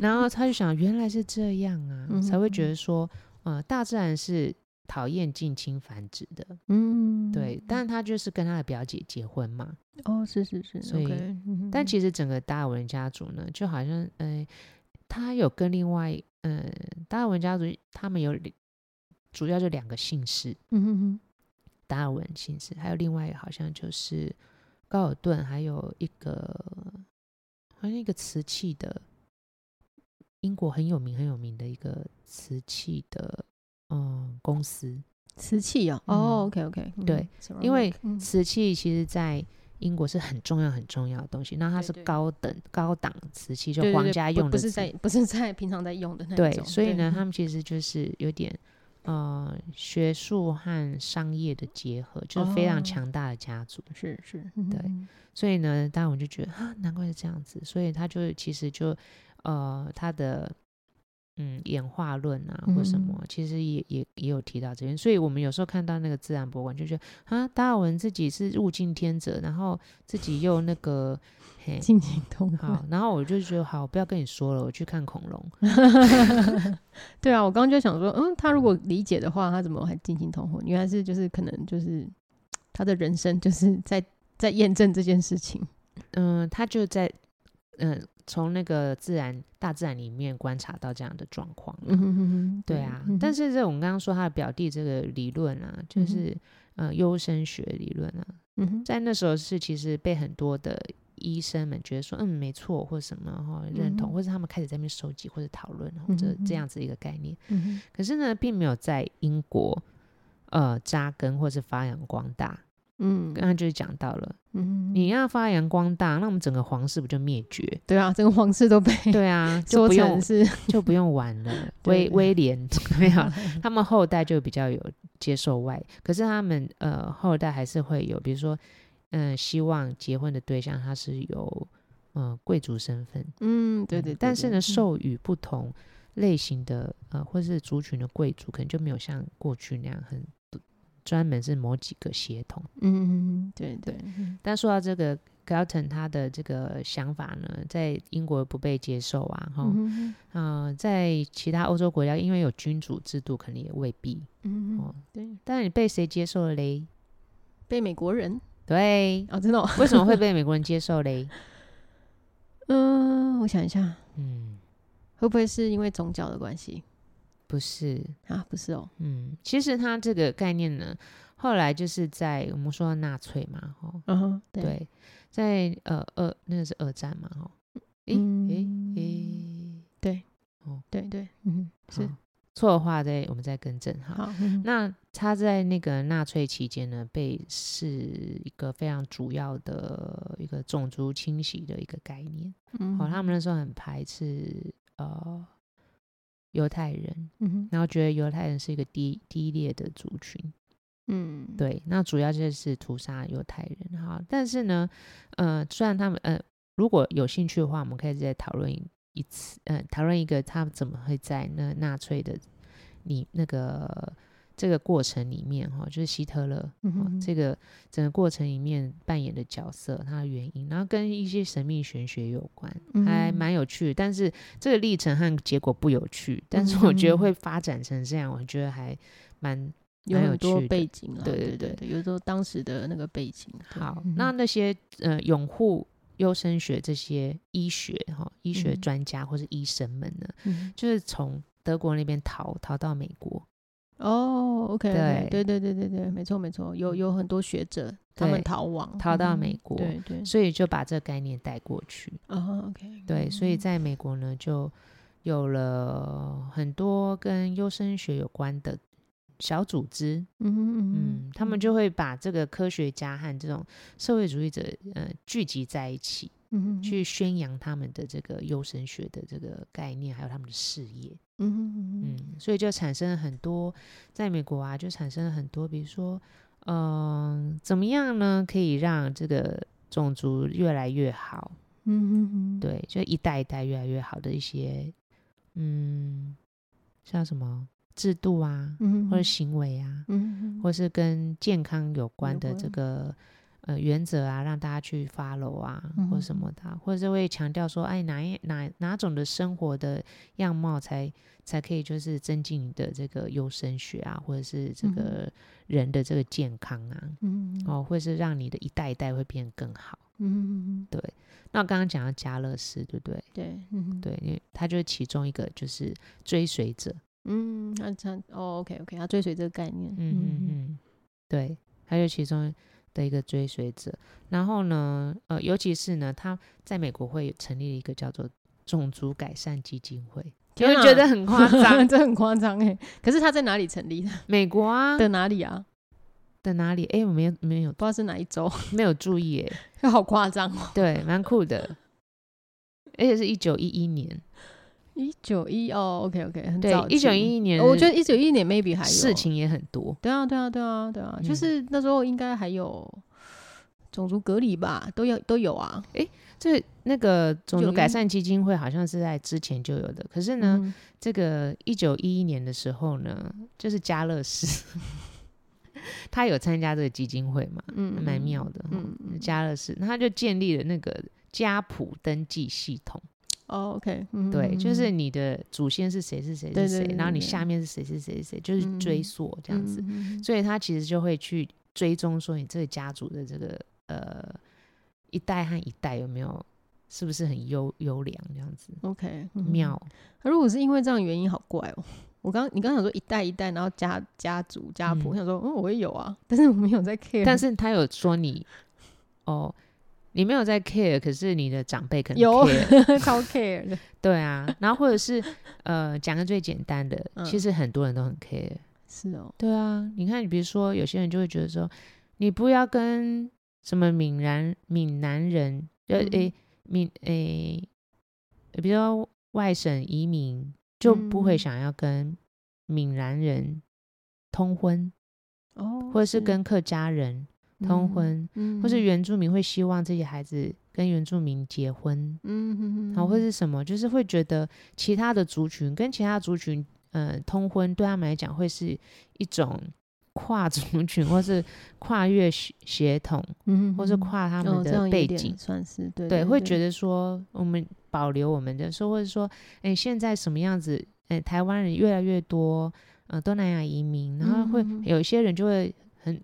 Speaker 1: 然后他就想，原来是这样啊，
Speaker 2: 嗯
Speaker 1: 才会觉得说，呃，大自然是讨厌近亲繁殖的，
Speaker 2: 嗯，
Speaker 1: 对。但他就是跟他的表姐结婚嘛，
Speaker 2: 哦，是是是
Speaker 1: 所以
Speaker 2: ，OK，嗯哼
Speaker 1: 但
Speaker 2: 哼
Speaker 1: 其实整个达尔文家族呢，就好像，呃，他有跟另外，呃，达尔文家族他们有两主要就两个姓氏，
Speaker 2: 嗯哼哼
Speaker 1: 达尔文姓氏，还有另外好像就是高尔顿，还有一个好像一个瓷器的，英国很有名很有名的一个瓷器的嗯公司。
Speaker 2: 瓷器啊，
Speaker 1: 嗯
Speaker 2: 哦，OK OK，
Speaker 1: 对，因为
Speaker 2: 嗯
Speaker 1: 瓷器其实，在英国是很重要很重要的东西，那它
Speaker 2: 对
Speaker 1: 是
Speaker 2: 对
Speaker 1: 高等高档瓷器，就
Speaker 2: 对对
Speaker 1: 皇
Speaker 2: 对
Speaker 1: 家
Speaker 2: 不
Speaker 1: 用的
Speaker 2: 不
Speaker 1: 瓷
Speaker 2: 是在不是在平常在用的那
Speaker 1: 对
Speaker 2: 一种，，
Speaker 1: 所以呢，
Speaker 2: 对嗯
Speaker 1: 他们其实就是有点呃学术和商业的结合，就是非
Speaker 2: 哦
Speaker 1: 常强大的家族。
Speaker 2: 是是，
Speaker 1: 对
Speaker 2: 嗯
Speaker 1: 所以呢，当然我就觉得啊，难怪是这样子，所以他就其实就呃他的嗯演化论啊或什
Speaker 2: 嗯
Speaker 1: 么，其实也也也有提到这边，所以我们有时候看到那个自然博物馆就觉得啊，达尔文自己是物竞天择，然后自己又那个 嘿
Speaker 2: 哼近亲通
Speaker 1: 好
Speaker 2: 婚，，
Speaker 1: 然后我就觉得好，不要跟你说了，我去看恐龙。
Speaker 2: 对啊，我刚刚就想说，嗯，他如果理解的话，他怎么还近亲通婚？原来是就是可能就是他的人生就是在在验证这件事情，
Speaker 1: 嗯，他就在嗯从那个自然大自然里面观察到这样的状况啊、
Speaker 2: 嗯哼哼嗯哼，
Speaker 1: 对啊，但
Speaker 2: 是
Speaker 1: 是这我们刚刚说他的表弟这个理论啊，
Speaker 2: 嗯
Speaker 1: 就
Speaker 2: 哼
Speaker 1: 是、呃优生学理论啊，
Speaker 2: 嗯哼
Speaker 1: 在那时候是其实被很多的医生们觉得说，嗯，没错，或什么哈认同，
Speaker 2: 嗯哼
Speaker 1: 或者他们开始在那边收集或者讨论，或者
Speaker 2: 嗯哼
Speaker 1: 这样子一个概念。
Speaker 2: 嗯哼
Speaker 1: 可是呢，并没有在英国呃扎根或是发扬光大。
Speaker 2: 嗯
Speaker 1: 刚刚就是讲到了，
Speaker 2: 嗯哼，？
Speaker 1: 你要发扬光大，那我们整个皇室不就灭绝
Speaker 2: 对啊，整个皇室都被
Speaker 1: 对啊，就
Speaker 2: 说
Speaker 1: 不用
Speaker 2: 成 是
Speaker 1: 就不用玩了。
Speaker 2: 对
Speaker 1: 威
Speaker 2: 对
Speaker 1: 威廉没 有，他们后代就比较有接受外，可是他们呃后代还是会有，比如说嗯、呃希望结婚的对象他是有呃贵族身份，
Speaker 2: 嗯，对
Speaker 1: 嗯
Speaker 2: 对，对
Speaker 1: 但是
Speaker 2: 对
Speaker 1: 呢
Speaker 2: 嗯
Speaker 1: 授予不同类型的呃或是族群的贵族，可能就没有像过去那样很专门是某几个血统。
Speaker 2: 嗯，对对，嗯
Speaker 1: 但说到这个 Galton 他的这个想法呢，在英国不被接受啊，哈、
Speaker 2: 嗯
Speaker 1: 呃，在其他欧洲国家，因为有君主制度，可能也未必。
Speaker 2: 嗯
Speaker 1: 哦
Speaker 2: 哼，对，
Speaker 1: 但你被谁接受了嘞？
Speaker 2: 被美国人，
Speaker 1: 对
Speaker 2: 哦，真的哦，
Speaker 1: 为什么会被美国人接受嘞？
Speaker 2: 嗯，我想一下，
Speaker 1: 嗯，
Speaker 2: 会不会是因为宗教的关系？
Speaker 1: 不是，
Speaker 2: 啊，不是哦，
Speaker 1: 嗯，其实它这个概念呢，后来就是在我们说到纳粹嘛，哦，
Speaker 2: 嗯哼，对，
Speaker 1: 对，在呃二那个是二战嘛，哦，诶诶
Speaker 2: 嗯
Speaker 1: 诶，
Speaker 2: 对，
Speaker 1: 哦
Speaker 2: 对对，嗯，是
Speaker 1: 好错的话再我们再更正哈。
Speaker 2: 好，嗯
Speaker 1: 那他在那个纳粹期间呢，被是一个非常主要的一个种族清洗的一个概念。
Speaker 2: 嗯
Speaker 1: 哦，他们那时候很排斥呃犹太人，
Speaker 2: 嗯哼
Speaker 1: 然后觉得犹太人是一个低低劣的族群。
Speaker 2: 嗯，
Speaker 1: 对，那主要就是屠杀犹太人哈。但是呢，呃，虽然他们呃，如果有兴趣的话，我们可以再讨论一一次，呃，讨论一个他们怎么会在那纳粹的你那个这个过程里面哈，就是希特勒、
Speaker 2: 嗯
Speaker 1: 哦
Speaker 2: 哼哼
Speaker 1: 这个整个过程里面扮演的角色，他的原因，然后跟一些神秘玄学有关，还
Speaker 2: 嗯
Speaker 1: 蛮有趣。但是这个历程和结果不有趣，但是我觉得
Speaker 2: 嗯
Speaker 1: 会发展成这样，我觉得还蛮。
Speaker 2: 有
Speaker 1: 蛮
Speaker 2: 很
Speaker 1: 趣
Speaker 2: 多
Speaker 1: 的
Speaker 2: 背景啦，
Speaker 1: 对对
Speaker 2: 对
Speaker 1: 对
Speaker 2: 对，有时候当时的那个背景，对
Speaker 1: 好
Speaker 2: 嗯，
Speaker 1: 那那些呃拥护优生学这些医学哈、医学
Speaker 2: 嗯
Speaker 1: 专家或是医生们呢，
Speaker 2: 嗯
Speaker 1: 就是从德国那边逃逃到美国，
Speaker 2: 哦，OK，
Speaker 1: 对嗯
Speaker 2: 对对对对对，没错没错，有有很多学者他们
Speaker 1: 对
Speaker 2: 逃亡，
Speaker 1: 逃到
Speaker 2: 嗯
Speaker 1: 美国
Speaker 2: 对对，
Speaker 1: 所以就把这个概念带过去。
Speaker 2: 啊，OK，
Speaker 1: 对，所以
Speaker 2: 嗯
Speaker 1: 在美国呢，就有了很多跟优生学有关的小组织，
Speaker 2: 嗯哼嗯
Speaker 1: 嗯，他们
Speaker 2: 嗯
Speaker 1: 就会把这个科学家和这种社会主义者呃聚集在一起，
Speaker 2: 嗯哼
Speaker 1: 去宣扬他们的这个优生学的这个概念，还有他们的事业。
Speaker 2: 嗯哼嗯
Speaker 1: 嗯，所以就产生了很多，在美国啊，就产生了很多，比如说，嗯、怎么样呢，可以让这个种族越来越好？
Speaker 2: 嗯嗯，
Speaker 1: 对，就一代一代越来越好的一些，嗯，像什么制度啊，
Speaker 2: 嗯哼，
Speaker 1: 或者行为啊，
Speaker 2: 嗯
Speaker 1: 或是跟健康有关
Speaker 2: 有
Speaker 1: 的这
Speaker 2: 关
Speaker 1: 个呃原则啊，让大家去 follow 啊，或什
Speaker 2: 嗯
Speaker 1: 么的啊，或者是会强调说，哎，哪一哪哪种的生活的样貌才才可以就是增进你的这个优生学啊，或者是这
Speaker 2: 嗯哼
Speaker 1: 个人的这个健康啊，
Speaker 2: 嗯嗯
Speaker 1: 哦，或是让你的一代一代会变得更好。
Speaker 2: 嗯嗯，
Speaker 1: 那我刚刚讲到家乐士，对不对？
Speaker 2: 对嗯
Speaker 1: 对，因为他就是其中一个就是追随者，
Speaker 2: 嗯，他他哦，OK OK，他追随这个概念，
Speaker 1: 嗯嗯嗯，对，他就其中的一个追随者。然后呢，呃，尤其是呢，他在美国会成立一个叫做种族改善基金会，就
Speaker 2: 天
Speaker 1: 会觉
Speaker 2: 啊
Speaker 1: 得很夸 张。
Speaker 2: 这很夸张哎，可是他在哪里成立的？
Speaker 1: 美国啊
Speaker 2: 的哪里啊？
Speaker 1: 的哪里？哎，我没有没有
Speaker 2: 不知道是哪一州，
Speaker 1: 没有注意，哎，
Speaker 2: 好夸张哦！
Speaker 1: 对，蛮酷的。而且是一九一一年，
Speaker 2: 一九一哦，OK OK，很
Speaker 1: 对
Speaker 2: 早，期。哦
Speaker 1: 一九一一年，
Speaker 2: 我觉得一九一年 maybe 还有
Speaker 1: 事。情也很多，
Speaker 2: 对啊，对啊，对啊，对啊，
Speaker 1: 嗯
Speaker 2: 就是那时候应该还有种族隔离吧，都有都有啊。
Speaker 1: 这那个种族改
Speaker 2: 1911
Speaker 1: 善基金会好像是在之前就有的，可是呢，
Speaker 2: 嗯
Speaker 1: 这个一九一一年的时候呢，就是家乐士， 他有参加这个基金会嘛，
Speaker 2: 嗯
Speaker 1: 蛮妙的。嗯
Speaker 2: 嗯，嗯
Speaker 1: 家乐士，那他就建立了那个家谱登记系统。
Speaker 2: 哦，OK，嗯
Speaker 1: 对，就是你的祖先是谁是谁
Speaker 2: 对
Speaker 1: 是
Speaker 2: 对
Speaker 1: 谁，
Speaker 2: 对
Speaker 1: 然后你
Speaker 2: 对
Speaker 1: 下面是谁是谁是谁，就是追
Speaker 2: 嗯
Speaker 1: 溯这样子。，
Speaker 2: 嗯嗯
Speaker 1: 所以他其实就会去追踪说你这个家族的这个呃一代和一代有没有是不是很优优良这样子。
Speaker 2: 嗯 OK，嗯。
Speaker 1: 妙，
Speaker 2: 那如果是因为这样的原因，好怪哦。我刚你刚想说一代一代，然后家家族家谱，
Speaker 1: 嗯
Speaker 2: 我想说，嗯，我也有啊，但是我没有在 care，
Speaker 1: 但是他有说你哦，你没有在 care，可是你的长辈可能
Speaker 2: 有
Speaker 1: care，
Speaker 2: 超 care 的，
Speaker 1: 对 啊，然后或者是呃，讲个最简单的，
Speaker 2: 嗯
Speaker 1: 其实很多人都很 care，
Speaker 2: 是哦，
Speaker 1: 对啊，你看，你比如说有些人就会觉得说，你不要跟什么闽南闽南人，呃
Speaker 2: 嗯
Speaker 1: 诶闽诶，比如说外省移民就不会
Speaker 2: 嗯
Speaker 1: 想要跟闽南人通婚，
Speaker 2: 哦，
Speaker 1: 或者是跟客家人通婚。
Speaker 2: 嗯，嗯
Speaker 1: 或是，原住民会希望自己孩子跟原住民结婚，
Speaker 2: 嗯嗯，嗯
Speaker 1: 然后或是什么，就是会觉得其他的族群跟其他族群，呃，通婚对他们来讲会是一种跨 族群，或是跨越血血统，
Speaker 2: 嗯，
Speaker 1: 或是
Speaker 2: 嗯
Speaker 1: 跨他
Speaker 2: 哦
Speaker 1: 们
Speaker 2: 这
Speaker 1: 的
Speaker 2: 样有
Speaker 1: 背
Speaker 2: 点
Speaker 1: 景，
Speaker 2: 算是对
Speaker 1: 对，会觉
Speaker 2: 得
Speaker 1: 得说我们保留我们的说，或者说，哎、现在什么样子？哎、台湾人越来越多，呃，东南亚移民，然后会
Speaker 2: 嗯嗯嗯
Speaker 1: 有一些人就会很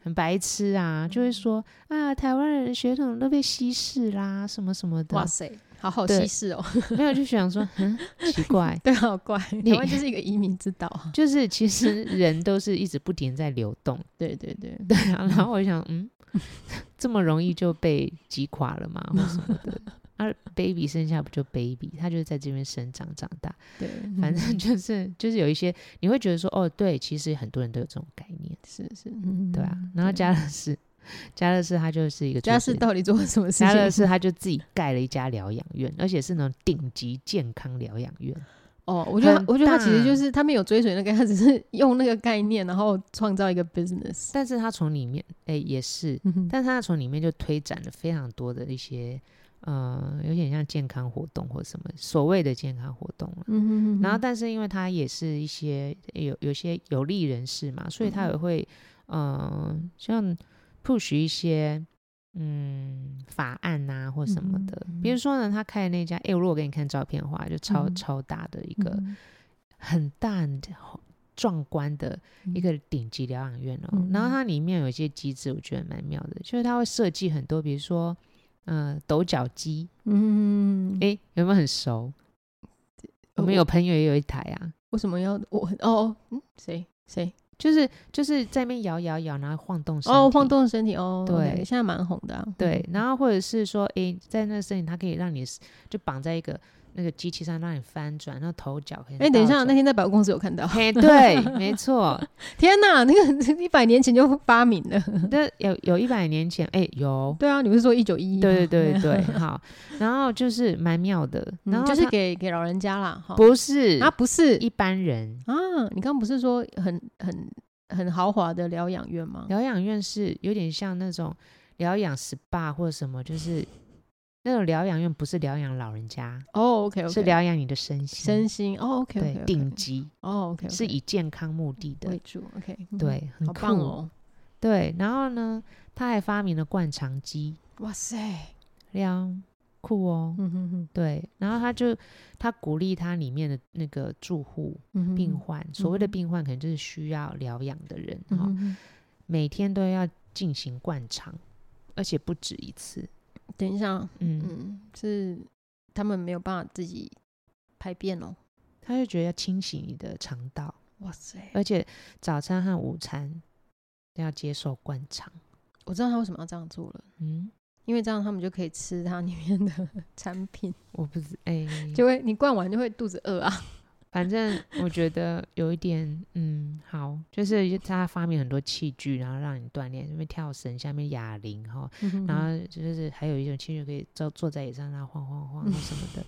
Speaker 1: 很白痴
Speaker 2: 嗯
Speaker 1: 啊，就会说啊，台湾人的血统都被稀释啦，什么什么的
Speaker 2: 哇。塞，好好
Speaker 1: 对
Speaker 2: 稀释哦，
Speaker 1: 没有就想说，嗯，奇怪，
Speaker 2: 对，好 怪，
Speaker 1: 你
Speaker 2: 台湾就是一个移民之岛啊，
Speaker 1: 就是其实人都是一直不停在流动，
Speaker 2: 对对对，
Speaker 1: 对啊，然后我就想，嗯， 这么容易就被击垮了吗？或什么 的。啊，baby 生下不就 baby，他就是在这边生长长大，
Speaker 2: 对，嗯
Speaker 1: 反正就是就是有一些你会觉得说，哦，对，其实很多人都有这种概念，
Speaker 2: 是是，嗯，
Speaker 1: 对啊。然后
Speaker 2: 对
Speaker 1: 加乐士，加乐士他就是一个
Speaker 2: 家
Speaker 1: 就是
Speaker 2: 事到底做了什么事
Speaker 1: 加
Speaker 2: 情？
Speaker 1: 乐士他就自己盖了一家疗养院，而且是那种顶级健康疗养院，
Speaker 2: 哦，我觉得他
Speaker 1: 很
Speaker 2: 我觉得他其实
Speaker 1: 大欸
Speaker 2: 就是他没有追随那个， 他只是用那个概念，然后创造一个 business，
Speaker 1: 但是他从里面，哎、也是，
Speaker 2: 嗯哼
Speaker 1: 但是他从里面就推展了非常多的一些，呃，有点像健康活动或什么所谓的健康活动了。
Speaker 2: 嗯哼哼
Speaker 1: 然后，
Speaker 2: 哼
Speaker 1: 但是因为他也是一些有有些有利人士嘛，所以他也
Speaker 2: 嗯
Speaker 1: 会，呃，像 push 一些嗯法案呐、或什
Speaker 2: 嗯
Speaker 1: 么的。比如说呢，他开的那家，哎、如果给你看照片的话，就超、
Speaker 2: 嗯
Speaker 1: 超大的一个、
Speaker 2: 嗯
Speaker 1: 很大很壮观的一个顶级疗养院哦、
Speaker 2: 嗯
Speaker 1: 然后它里面有一些机制，我觉得蛮妙的，就是它会设计很多，比如说，呃，抖脚机，
Speaker 2: 嗯，嗯嗯
Speaker 1: 诶，有没有很熟？我
Speaker 2: 呃
Speaker 1: 们有朋友也有一台啊，
Speaker 2: 为什么要我哦？嗯，谁谁
Speaker 1: 就是就是在那边摇摇摇，然后晃动身体
Speaker 2: 哦，晃。动身体哦，
Speaker 1: 对
Speaker 2: OK，现在蛮红的啊，
Speaker 1: 对，然后或者是说，诶，在那个身体，它可以让你就绑在一个那个机器上，让你翻转，然后头脚可以。
Speaker 2: 哎，等一下，那。天在百货公司有看到，
Speaker 1: 嘿，对，没 错，
Speaker 2: 天哪，那个一百年前就发明了，
Speaker 1: 那有有一百年前，哎、有，
Speaker 2: 对啊，你不是说一九一一？
Speaker 1: 对对对 对，好，然后就是蛮妙的，
Speaker 2: 嗯
Speaker 1: 然后
Speaker 2: 就是
Speaker 1: 他
Speaker 2: 给给老人家啦，哈，
Speaker 1: 不是
Speaker 2: 啊，不是
Speaker 1: 一般人
Speaker 2: 啊，你刚刚不是说很很很豪华的疗养院吗？
Speaker 1: 疗养院是有点像那种疗养 SPA 或者什么，就是那种疗养院不是疗养老人家，
Speaker 2: 哦，OK OK，
Speaker 1: 是疗养你的身心，
Speaker 2: 身心哦，OK
Speaker 1: 嗯对
Speaker 2: OK，
Speaker 1: 顶级
Speaker 2: 哦，OK
Speaker 1: 是以健康目的的
Speaker 2: 为，主，OK，嗯
Speaker 1: 对，很
Speaker 2: 好棒
Speaker 1: 酷，
Speaker 2: 哦，
Speaker 1: 对，然后呢，他还发明了灌肠机，
Speaker 2: 哇塞，
Speaker 1: 量酷哦。
Speaker 2: 嗯哼哼
Speaker 1: 对，然后他就他鼓励他里面的那个住户，
Speaker 2: 嗯哼哼，
Speaker 1: 病患，所谓的
Speaker 2: 嗯哼
Speaker 1: 病患可能就是需要疗养的人哈、
Speaker 2: 嗯哼哼
Speaker 1: 每天都要进行灌肠，而且不止一次。
Speaker 2: 等一下，
Speaker 1: 嗯，
Speaker 2: 嗯，是他们没有办法自己排便哦。
Speaker 1: 他就觉得要清洗你的肠道，
Speaker 2: 哇塞，
Speaker 1: 而且早餐和午餐都要接受灌肠。
Speaker 2: 我知道他为什么要这样做了，
Speaker 1: 嗯，
Speaker 2: 因为这样他们就可以吃它里面的 产品，
Speaker 1: 我不知哎、
Speaker 2: 就会你灌完就会肚子饿啊。
Speaker 1: 反正我觉得有一点，嗯，好，就是他发明很多器具，然后让你锻炼，因为跳绳，下面哑铃哈，嗯
Speaker 2: 嗯
Speaker 1: 然后就是还有一种器具可以坐坐在椅子上，然后晃晃晃什么的。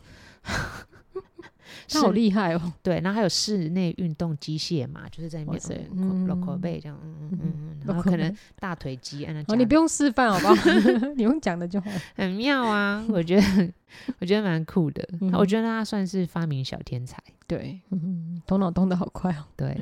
Speaker 2: 他好
Speaker 1: 室
Speaker 2: 厉害哦，
Speaker 1: 对，然后还有室内运动机械嘛，就是在那
Speaker 2: 哇塞
Speaker 1: 边
Speaker 2: 嗯
Speaker 1: 嗯 lock 背这样，嗯嗯嗯嗯，然后
Speaker 2: lock
Speaker 1: 可能
Speaker 2: 背
Speaker 1: 大腿肌按照
Speaker 2: 哦，你不用示范好不 好？你用讲的就好。
Speaker 1: 很妙啊，我觉得 我觉得蛮酷的，
Speaker 2: 嗯
Speaker 1: 我觉得他算是发明小天才，
Speaker 2: 对，嗯头脑动得好快哦。
Speaker 1: 对。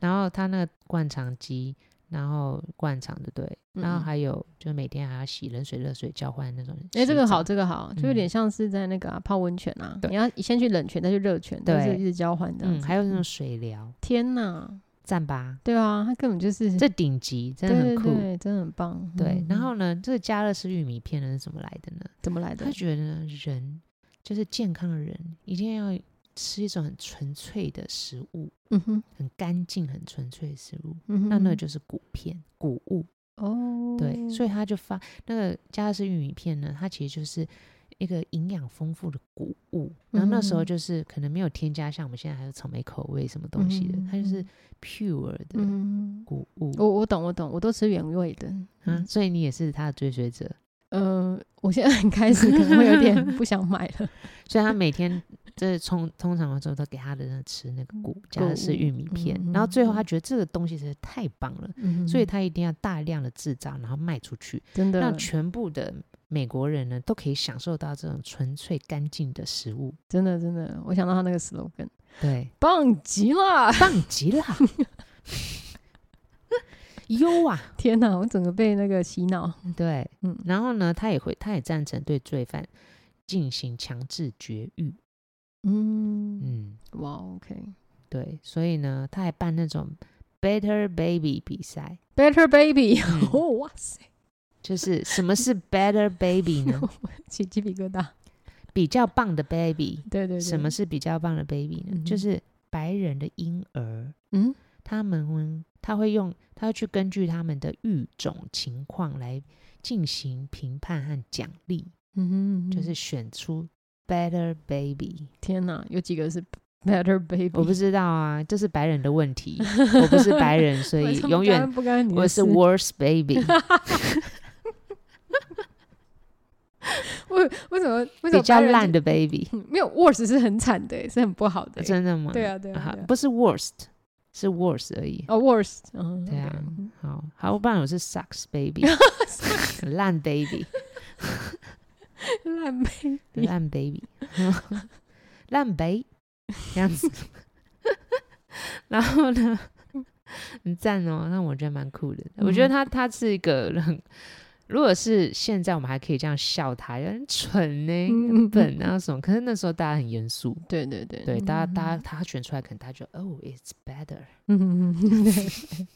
Speaker 1: 然后他那个灌肠机，然后灌肠的对，然后
Speaker 2: 嗯
Speaker 1: 还有就每天还要洗冷水热水交换那种洗澡，
Speaker 2: 哎、这个好，这个好，就有
Speaker 1: 嗯
Speaker 2: 点像是在那个、啊、泡温泉啊，
Speaker 1: 对
Speaker 2: 你要先去冷泉，再去热泉，都是
Speaker 1: 对
Speaker 2: 一直交换的。
Speaker 1: 嗯，还有那种水疗，
Speaker 2: 天哪，
Speaker 1: 赞吧，
Speaker 2: 对啊，他根本就是
Speaker 1: 这顶级真
Speaker 2: 对
Speaker 1: 的很
Speaker 2: 对
Speaker 1: 酷。
Speaker 2: 对，真的很棒。
Speaker 1: 对
Speaker 2: 嗯，
Speaker 1: 然后呢，这个加乐士玉米片呢是怎么来的呢？
Speaker 2: 怎么来的
Speaker 1: 他？觉得呢人就是健康的人，一定要吃一种很纯粹的食物，
Speaker 2: 嗯哼，
Speaker 1: 很干净、很纯粹的食物。
Speaker 2: 嗯哼
Speaker 1: 那那个就是谷片、谷物，
Speaker 2: 哦，
Speaker 1: 对，所以他就发那个加乐士玉米片呢，它其实就是一个营养丰富的谷物。然后那时候
Speaker 2: 嗯
Speaker 1: 就是可能没有添加，像我们现在还有草莓口味什么东西的，它就是
Speaker 2: 嗯
Speaker 1: pure 的
Speaker 2: 嗯，
Speaker 1: 谷物
Speaker 2: 我我懂我懂，我都吃原味的。
Speaker 1: 啊。所以你也是他的追随者，
Speaker 2: 嗯、呃，我现在很开始可能会有点 不想买了。
Speaker 1: 所以他 每天这通通常的时候都给他的人吃那个谷，加的是
Speaker 2: 谷
Speaker 1: 玉米片，
Speaker 2: 嗯
Speaker 1: 然后最后他
Speaker 2: 嗯
Speaker 1: 觉得这个东西实在太棒了，
Speaker 2: 嗯
Speaker 1: 所以他一定要大量的制造，然后卖出去，
Speaker 2: 真的
Speaker 1: 让全部的美国人呢都可以享受到这种纯粹干净的食 物。
Speaker 2: 真的真的，我想到他那个 slogan，
Speaker 1: 对，
Speaker 2: 棒极了！
Speaker 1: 棒极了，优啊！
Speaker 2: 天哪，我整个被那个洗脑。
Speaker 1: 对，
Speaker 2: 嗯
Speaker 1: 然后呢，他也会，他也赞成对罪犯进行强制绝育。
Speaker 2: 嗯，
Speaker 1: 嗯，
Speaker 2: 哇，OK。
Speaker 1: 对，所以呢，他还办那种 Better Baby 比赛。
Speaker 2: Better baby，、
Speaker 1: 嗯
Speaker 2: 哦哇塞，
Speaker 1: 就是什么是 better baby 呢
Speaker 2: 起鸡皮疙瘩。
Speaker 1: 比较棒的 baby，
Speaker 2: 对对对，
Speaker 1: 什么是比较棒的 baby 呢？
Speaker 2: 嗯哼
Speaker 1: 就是白人的婴儿，
Speaker 2: 嗯
Speaker 1: 他们他会用他会去根据他们的育种情况来进行评判和奖励，
Speaker 2: 嗯哼，嗯
Speaker 1: 就
Speaker 2: 哼
Speaker 1: 是选出 better baby。
Speaker 2: 天哪，有几个是 better baby？
Speaker 1: 我不知道啊，这是白人的问题，我不是白人，所
Speaker 2: 为
Speaker 1: 以
Speaker 2: 什么
Speaker 1: 永远
Speaker 2: 干不干你的
Speaker 1: 我是
Speaker 2: 事
Speaker 1: worst baby，
Speaker 2: 为为什么为什么
Speaker 1: 比较
Speaker 2: 白人
Speaker 1: 烂
Speaker 2: 就
Speaker 1: 的 baby，
Speaker 2: 嗯没有 worse 是很惨的，欸是很不好的。
Speaker 1: 真的吗？
Speaker 2: 对啊对啊
Speaker 1: 好
Speaker 2: 对啊
Speaker 1: 不是 worst，是 worse 而已。
Speaker 2: 哦 worse，嗯，
Speaker 1: 对啊
Speaker 2: OK，嗯
Speaker 1: 好，好，不然我是 sucks baby，烂 baby，
Speaker 2: 烂妹，你
Speaker 1: 烂 baby，烂 baby，这样子。 然后呢，很赞哦，那我觉得蛮酷的。我觉得
Speaker 2: 嗯
Speaker 1: 他他是一个很，如果是现在我们还可以这样笑他，有点蠢呢、
Speaker 2: 嗯嗯
Speaker 1: 很笨啊什么。可是那时候大家很严肃，
Speaker 2: 对对对
Speaker 1: 对，大家
Speaker 2: 嗯
Speaker 1: 大家他选出来，可能大家就哦，it's better。
Speaker 2: 嗯嗯嗯对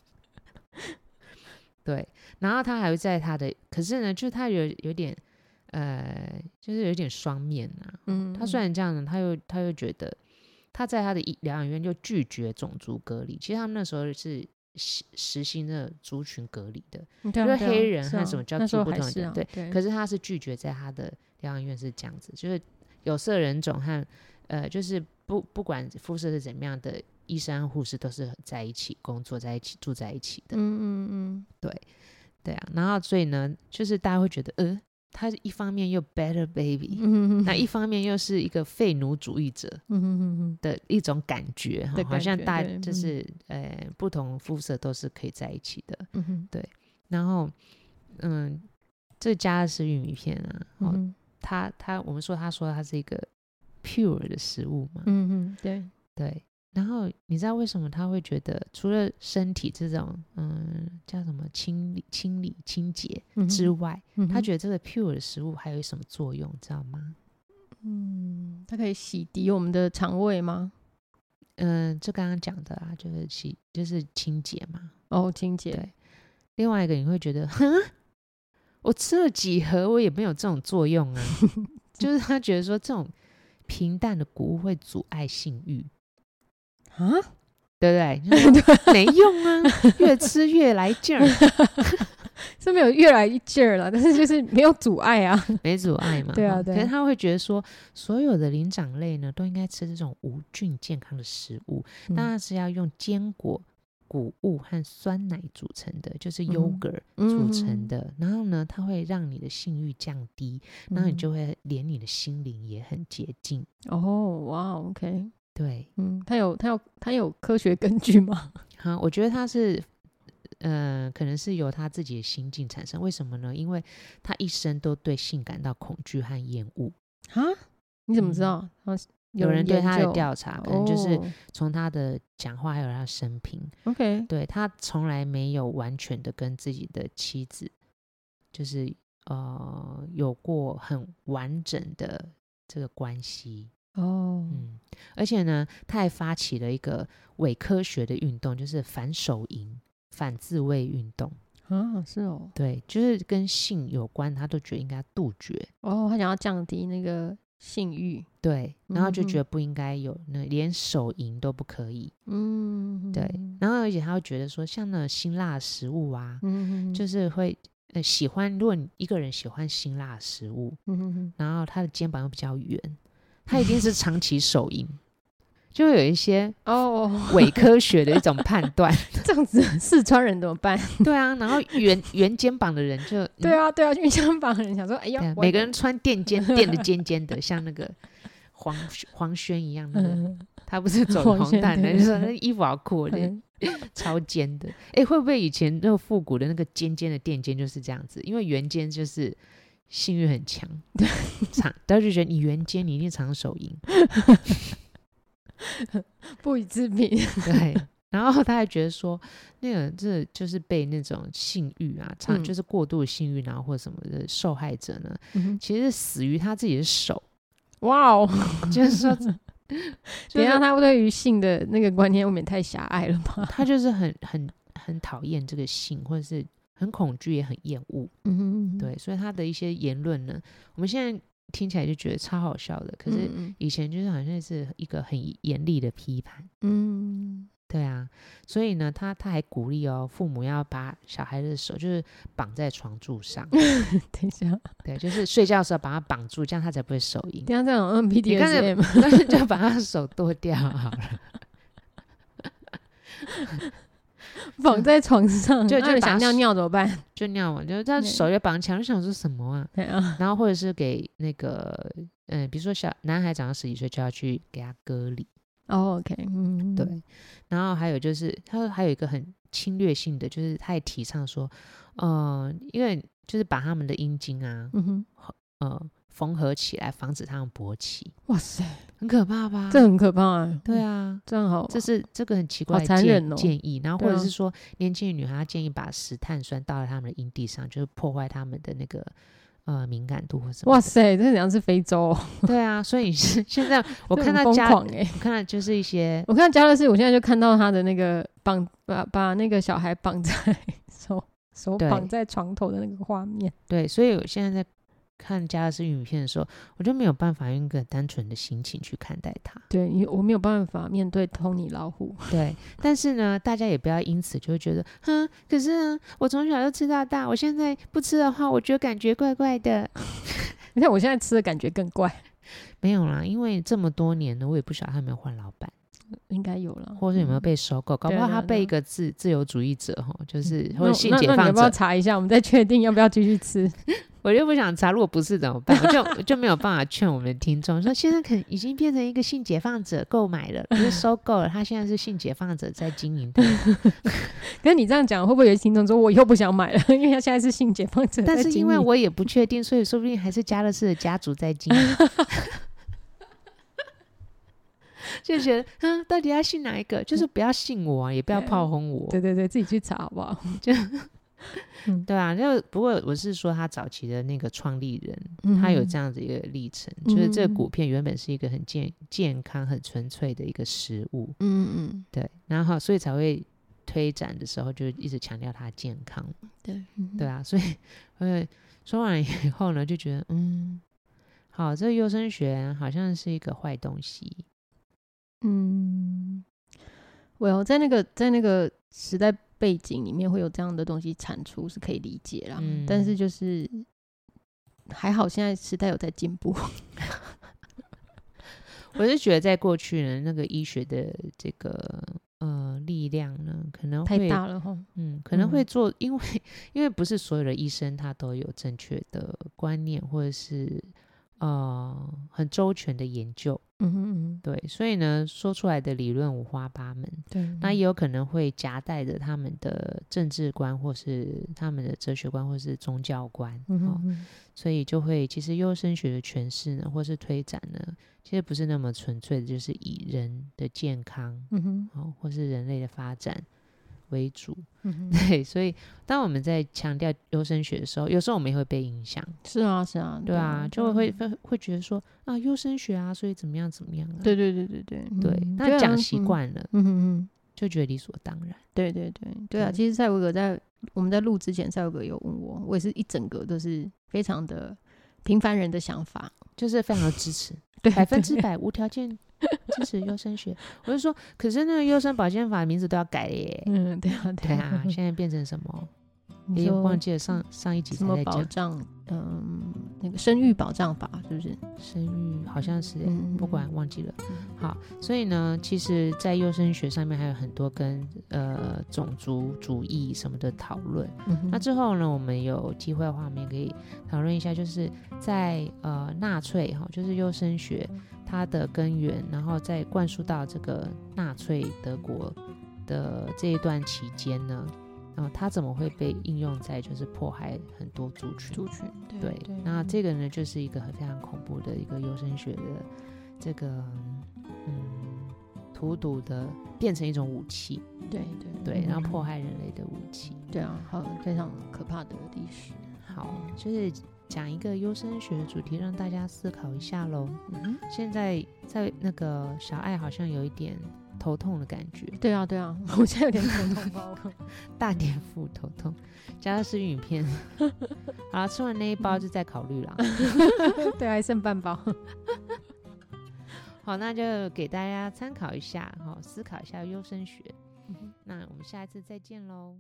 Speaker 1: 对，然后他还会在他的，可是呢，就他有有点，呃，就是有点双面啊。
Speaker 2: 嗯，
Speaker 1: 他虽然这样呢，他又他又觉得他在他的医疗养院又拒绝种族隔离，其实他们那时候是实实行的族群隔离的，
Speaker 2: 嗯对啊
Speaker 1: 就是
Speaker 2: 对啊
Speaker 1: 黑人
Speaker 2: 是
Speaker 1: 和
Speaker 2: 啊
Speaker 1: 什么叫
Speaker 2: 那时候
Speaker 1: 做不
Speaker 2: 还
Speaker 1: 同的
Speaker 2: 是
Speaker 1: 人
Speaker 2: 啊
Speaker 1: 对
Speaker 2: 对，
Speaker 1: 可是他是拒绝在他的疗养院是这样子，就是有色人种和呃，就是不不管肤色是怎么样的，医生和护士都是在一起工作在一起住在一起的，
Speaker 2: 嗯嗯嗯，
Speaker 1: 对啊，然后所以呢，就是大家会觉得，呃，他一方面又 better baby，、
Speaker 2: 嗯
Speaker 1: 那一方面又是一个废奴主义者
Speaker 2: 嗯嗯嗯
Speaker 1: 的一种感觉，哈
Speaker 2: 的
Speaker 1: 好
Speaker 2: 感
Speaker 1: 像
Speaker 2: 觉
Speaker 1: 大
Speaker 2: 对
Speaker 1: 就
Speaker 2: 嗯
Speaker 1: 是、呃不同肤色都是可以在一起的。
Speaker 2: 嗯嗯
Speaker 1: 然后，嗯，这加的是玉米片啊，
Speaker 2: 嗯
Speaker 1: 哦，
Speaker 2: 嗯
Speaker 1: 他他我们说他说它是一个 pure 的食物嘛，
Speaker 2: 嗯嗯，对，
Speaker 1: 对。然后你知道为什么他会觉得除了身体这种嗯叫什么清理清理清洁
Speaker 2: 嗯
Speaker 1: 之
Speaker 2: 哼
Speaker 1: 外，
Speaker 2: 嗯
Speaker 1: 他
Speaker 2: 哼
Speaker 1: 觉得这个 pure 的食物还有什么作用，你知道吗？
Speaker 2: 嗯，它可以洗涤我们的肠胃吗？
Speaker 1: 嗯、就刚刚讲的啊，就是清就是清洁嘛。
Speaker 2: 哦，清洁，
Speaker 1: 对，另外一个你会觉得，哼，我吃了几盒，我也没有这种作用 啊。就是他觉得说这种平淡的谷物会阻碍性欲，
Speaker 2: 啊，
Speaker 1: 对 不对？就是说没用啊，越吃越来劲儿，
Speaker 2: 是没有越来越劲儿了，但是就是没有阻碍啊。
Speaker 1: 没阻碍嘛。
Speaker 2: 对啊
Speaker 1: 哈
Speaker 2: 对
Speaker 1: 可是
Speaker 2: 啊
Speaker 1: 他会觉得说，所有的灵长类呢，都应该吃这种无菌健康的食物，
Speaker 2: 嗯
Speaker 1: 当然是要用坚果、谷物和酸奶组成的，就是
Speaker 2: 嗯
Speaker 1: yogurt
Speaker 2: 嗯
Speaker 1: 组成，的。然后呢，它会让你的性欲降低，然后你
Speaker 2: 嗯
Speaker 1: 就会连你的心灵也很洁净。
Speaker 2: 哦，哇，OK，
Speaker 1: 对，
Speaker 2: 嗯，它有它有它有科学根据吗？
Speaker 1: 好，我觉得它是。呃，可能是由他自己的心境产生。为什么呢？因为他一生都对性感到恐惧和厌恶。
Speaker 2: 啊，你怎么知
Speaker 1: 嗯
Speaker 2: 道？啊
Speaker 1: 有人对
Speaker 2: 研
Speaker 1: 他的
Speaker 2: 究
Speaker 1: 调查，可能就是
Speaker 2: 哦
Speaker 1: 从他的讲话还有他的生平，
Speaker 2: OK，
Speaker 1: 对他从来没有完全的跟自己的妻子，就是呃有过很完整的这个关系，
Speaker 2: 哦，
Speaker 1: 嗯，而且呢，他还发起了一个伪科学的运动，就是反手淫、反自卫运动，
Speaker 2: 啊，是哦，
Speaker 1: 对，就是跟性有关，他都觉得应该杜绝，
Speaker 2: 哦，他想要降低那个性欲，
Speaker 1: 对，然后就
Speaker 2: 嗯
Speaker 1: 觉
Speaker 2: 哼
Speaker 1: 得不应该有那连手淫都不可以，
Speaker 2: 嗯，
Speaker 1: 对，然后而且他会觉得说，像那辛辣的食物啊，
Speaker 2: 嗯，，
Speaker 1: 就是是会呃喜欢，如果你一个人喜欢辛辣的食物，
Speaker 2: 嗯哼哼
Speaker 1: 然后他的肩膀又比较圆，他一定是长期手淫， 就会有一些
Speaker 2: 哦哦，
Speaker 1: 伪科学的一种判断。
Speaker 2: 这样子 四川人怎么办？
Speaker 1: 对啊，然后圆圆肩膀的人就
Speaker 2: 对
Speaker 1: 嗯
Speaker 2: 啊，对啊，因为香港人想说，哎
Speaker 1: 对
Speaker 2: 呀
Speaker 1: 啊，
Speaker 2: 我
Speaker 1: 每
Speaker 2: 也
Speaker 1: 个 人穿垫肩垫的尖尖的，像那个。黄黄轩一样，那个、
Speaker 2: 嗯，
Speaker 1: 他不是走
Speaker 2: 黄
Speaker 1: 红
Speaker 2: 轩
Speaker 1: 毯的，
Speaker 2: 对
Speaker 1: 就
Speaker 2: 对
Speaker 1: 说那衣服好酷哦，就是
Speaker 2: 嗯
Speaker 1: 超尖的。哎、会不会以前那个复古的那个尖尖的垫肩就是这样子？因为圆肩就是性欲 很强，长，大家就觉得你圆肩你一定长手淫，
Speaker 2: 不予置评，
Speaker 1: 对。然后他还觉得说，那个这就是被那种性欲啊，长
Speaker 2: 嗯
Speaker 1: 就是过度的性欲，然后或者什么的受害者呢，
Speaker 2: 嗯哼
Speaker 1: 其实是死于他自己的手，
Speaker 2: 哇哦，
Speaker 1: 就是 说，就
Speaker 2: 等一下
Speaker 1: 是
Speaker 2: 他对于性的那个观念未免太狭隘了吧？
Speaker 1: 他就是很很很讨厌这个性，或者是很恐惧也很厌恶。
Speaker 2: 嗯，
Speaker 1: 对，所以他的一些言论呢，我们现在听起来就觉得超好笑的，可是
Speaker 2: 嗯
Speaker 1: 以前就是好像是一个很严厉的批判。
Speaker 2: 嗯
Speaker 1: 对啊，所以呢，他他还鼓励哦，父母要把小孩的手就是绑在床 柱上，
Speaker 2: 嗯，等一下，
Speaker 1: 对，就是睡觉的时候把他绑住，这样他才不 会手淫。
Speaker 2: 等一下这样嗯
Speaker 1: 你刚才
Speaker 2: PDSM，
Speaker 1: 但是就把他手剁掉啊好了，
Speaker 2: 绑在床上，
Speaker 1: 就
Speaker 2: 那
Speaker 1: 就
Speaker 2: 你
Speaker 1: 把
Speaker 2: 想尿
Speaker 1: 手
Speaker 2: 尿怎么办？
Speaker 1: 就尿完，就他
Speaker 2: 对
Speaker 1: 手就绑起来，我想说什么啊？
Speaker 2: 对啊，
Speaker 1: 然后或者是给那个，嗯、比如说小男孩长到十几岁就要去给他割礼，
Speaker 2: 哦，OK，嗯，
Speaker 1: 对。然后还有就是，他说还有一个很侵略性的，就是他也提倡说，呃，因为就是把他们的阴茎啊，
Speaker 2: 嗯哼，
Speaker 1: 呃，缝合起来，防止他们勃起，
Speaker 2: 哇塞，
Speaker 1: 很可怕吧？
Speaker 2: 这很可怕啊，
Speaker 1: 嗯对啊，
Speaker 2: 这样好，
Speaker 1: 这是这个很奇
Speaker 2: 哦好
Speaker 1: 怪的
Speaker 2: 残
Speaker 1: 建
Speaker 2: 忍哦
Speaker 1: 建议，然后或
Speaker 2: 对
Speaker 1: 者
Speaker 2: 啊
Speaker 1: 是说，年轻的女孩她建议把石碳酸倒在他们的阴蒂上，就是破坏他们的那个呃敏感度或什么。
Speaker 2: 哇塞，这怎样是非洲哦？
Speaker 1: 哇，对啊，所以是 现 在
Speaker 2: 我
Speaker 1: 我看到
Speaker 2: 疯
Speaker 1: 家，
Speaker 2: 狂
Speaker 1: 我
Speaker 2: 哎，
Speaker 1: 看到就是一些
Speaker 2: 我看加勒斯，我现在就看到他的那个绑把把那个小孩绑在手手
Speaker 1: 对
Speaker 2: 绑在床头的那个画面，
Speaker 1: 对，所以我现在在看加勒斯影片的时候，我就没有办法用一个单纯的心情去看待 它。
Speaker 2: 对，因为我没有办法面对托尼老虎，
Speaker 1: 对，但是呢，大家也不要因此就会觉得，哼，可是啊，我从小就吃到大，我现在不吃的话，我觉得感觉怪怪的。
Speaker 2: 你看我现在吃的感觉更怪，
Speaker 1: 没有啦，因为这么多年呢，我也不晓得他有没有换老板，
Speaker 2: 应该有了，
Speaker 1: 或者有没有
Speaker 2: 嗯
Speaker 1: 被收购，搞不
Speaker 2: 对啊
Speaker 1: 好
Speaker 2: 对
Speaker 1: 他
Speaker 2: 啊对
Speaker 1: 被一
Speaker 2: 啊
Speaker 1: 个自自由主义者哈，就是
Speaker 2: 那
Speaker 1: 或
Speaker 2: 我
Speaker 1: 者性
Speaker 2: 那
Speaker 1: 解
Speaker 2: 那你要
Speaker 1: 放
Speaker 2: 不要
Speaker 1: 者，
Speaker 2: 查一下？我们再确定要不要继续吃。
Speaker 1: 我就不想查，如果不是怎么办？我就我就没有办法劝我们的听众说，现在可能已经变成一个性解放者购买了，不是收购了，他现在是性解放者在 经营的，
Speaker 2: 可是你这样讲，会不会有听众说我以后不想买了？ 因为他现在是性解放者在经营，
Speaker 1: 但是因为我也不确定，所以说不定还是加勒士的家族在 经营。 就觉得，嗯，到底要信哪一个？就是不要信我啊，也不要炮轰我。
Speaker 2: 对对对，自己去查好不好？
Speaker 1: 对啊，就不过我是说他早期的那个创立人，
Speaker 2: 嗯
Speaker 1: 他有这样子一个历程，就是这
Speaker 2: 嗯
Speaker 1: 个谷片原本是一个很健健康、很纯粹的一个食物，
Speaker 2: 嗯
Speaker 1: 对，然后所以才会推展的时候就一直强调它健康，
Speaker 2: 嗯
Speaker 1: 对啊，所以呃说完以后呢，就觉得嗯，好，这个优生学啊好像是一个坏东西，
Speaker 2: 嗯，我有在那个在那个时代背景里面会有这样的东西产出是可以理解啦，
Speaker 1: 嗯
Speaker 2: 但是就是还好现在时代有在进步，
Speaker 1: 哦我是觉得在过去呢，那个医学的这个呃力量呢，可能 会
Speaker 2: 太大了哈。
Speaker 1: 嗯，可能会
Speaker 2: 嗯
Speaker 1: 做，因为因为不是所有的医生他都有正确的观念，或者是呃很周全的研究，
Speaker 2: 嗯哼嗯哼，
Speaker 1: 对，所以呢说出来的理论五花八门，
Speaker 2: 对，
Speaker 1: 那也有可能会夹带着他们的政治观，或是他们的哲学观，或是宗教观，
Speaker 2: 嗯
Speaker 1: 哦
Speaker 2: 哼，嗯
Speaker 1: 所以就会其实优生学的诠释呢，或是推展呢，其实不是那么纯粹的，就是以人的健康
Speaker 2: 嗯哼
Speaker 1: 哦，或是人类的发展为主。
Speaker 2: 嗯哼，
Speaker 1: 对，所以当我们在强调优生学的时候，有时候我们也会被影响，
Speaker 2: 是啊是啊，
Speaker 1: 对啊，就会
Speaker 2: 啊
Speaker 1: 会会会觉得说啊，优生学啊，所以怎么样怎么样啊，
Speaker 2: 嗯对对对对对
Speaker 1: 对，
Speaker 2: 嗯
Speaker 1: 那
Speaker 2: 对啊
Speaker 1: 讲习
Speaker 2: 嗯
Speaker 1: 惯了，
Speaker 2: 嗯哼嗯，
Speaker 1: 就觉得理所当然，
Speaker 2: 对对对对啊！
Speaker 1: 对
Speaker 2: 其实赛维格在我们在录之前，赛维格有问我，我也是一整个都是非常的平凡人的想法，
Speaker 1: 就是非常的支持，
Speaker 2: 对，
Speaker 1: 百分
Speaker 2: 对
Speaker 1: 之百无条件支持优生学。 我就说，可是那个优生保健法的名字都要改了耶。
Speaker 2: 嗯，对啊，
Speaker 1: 对 啊，现在变成什么？
Speaker 2: 你
Speaker 1: 也
Speaker 2: 说
Speaker 1: 忘记了上上一集
Speaker 2: 什
Speaker 1: 才
Speaker 2: 么
Speaker 1: 在
Speaker 2: 保
Speaker 1: 讲
Speaker 2: 障？嗯，那个生育保障法是不是？
Speaker 1: 生育，好像是耶
Speaker 2: 嗯，
Speaker 1: 不管忘记了。好，所以呢，其实，在优生学上面还有很多跟呃种族主义什么的讨论。
Speaker 2: 嗯哼，
Speaker 1: 那之后呢，我们有机会的话，我们也可以讨论一下，就是在呃纳粹哈、就是优生学它的根源，然后再灌输到这个纳粹德国的这一段期间呢，然后它怎么会被应用在就是迫害很多族群？
Speaker 2: 族群
Speaker 1: 对
Speaker 2: 嗯对，，
Speaker 1: 那这个呢，就是一个很非常恐怖的一个优生学的这个嗯荼毒的变成一种武器，
Speaker 2: 对对
Speaker 1: 对，然后迫
Speaker 2: 破
Speaker 1: 害人类的武器。
Speaker 2: 对啊，好非常可怕的历史。
Speaker 1: 好，
Speaker 2: 嗯
Speaker 1: 就是讲一个优生学的主题，让大家思考一下喽。
Speaker 2: 嗯哼，
Speaker 1: 现在在那个小爱好像有一点头痛的感觉，
Speaker 2: 对啊，对啊， 我现在有点头 痛包了。
Speaker 1: 大
Speaker 2: 嗯
Speaker 1: 点腹头痛，加上吃影片。好啦，吃完那一
Speaker 2: 嗯
Speaker 1: 包就再考虑啦。
Speaker 2: 对啊，还剩半包。
Speaker 1: 好，那就给大家参考一下，好、思考一下优生学。那我们下一次再见喽。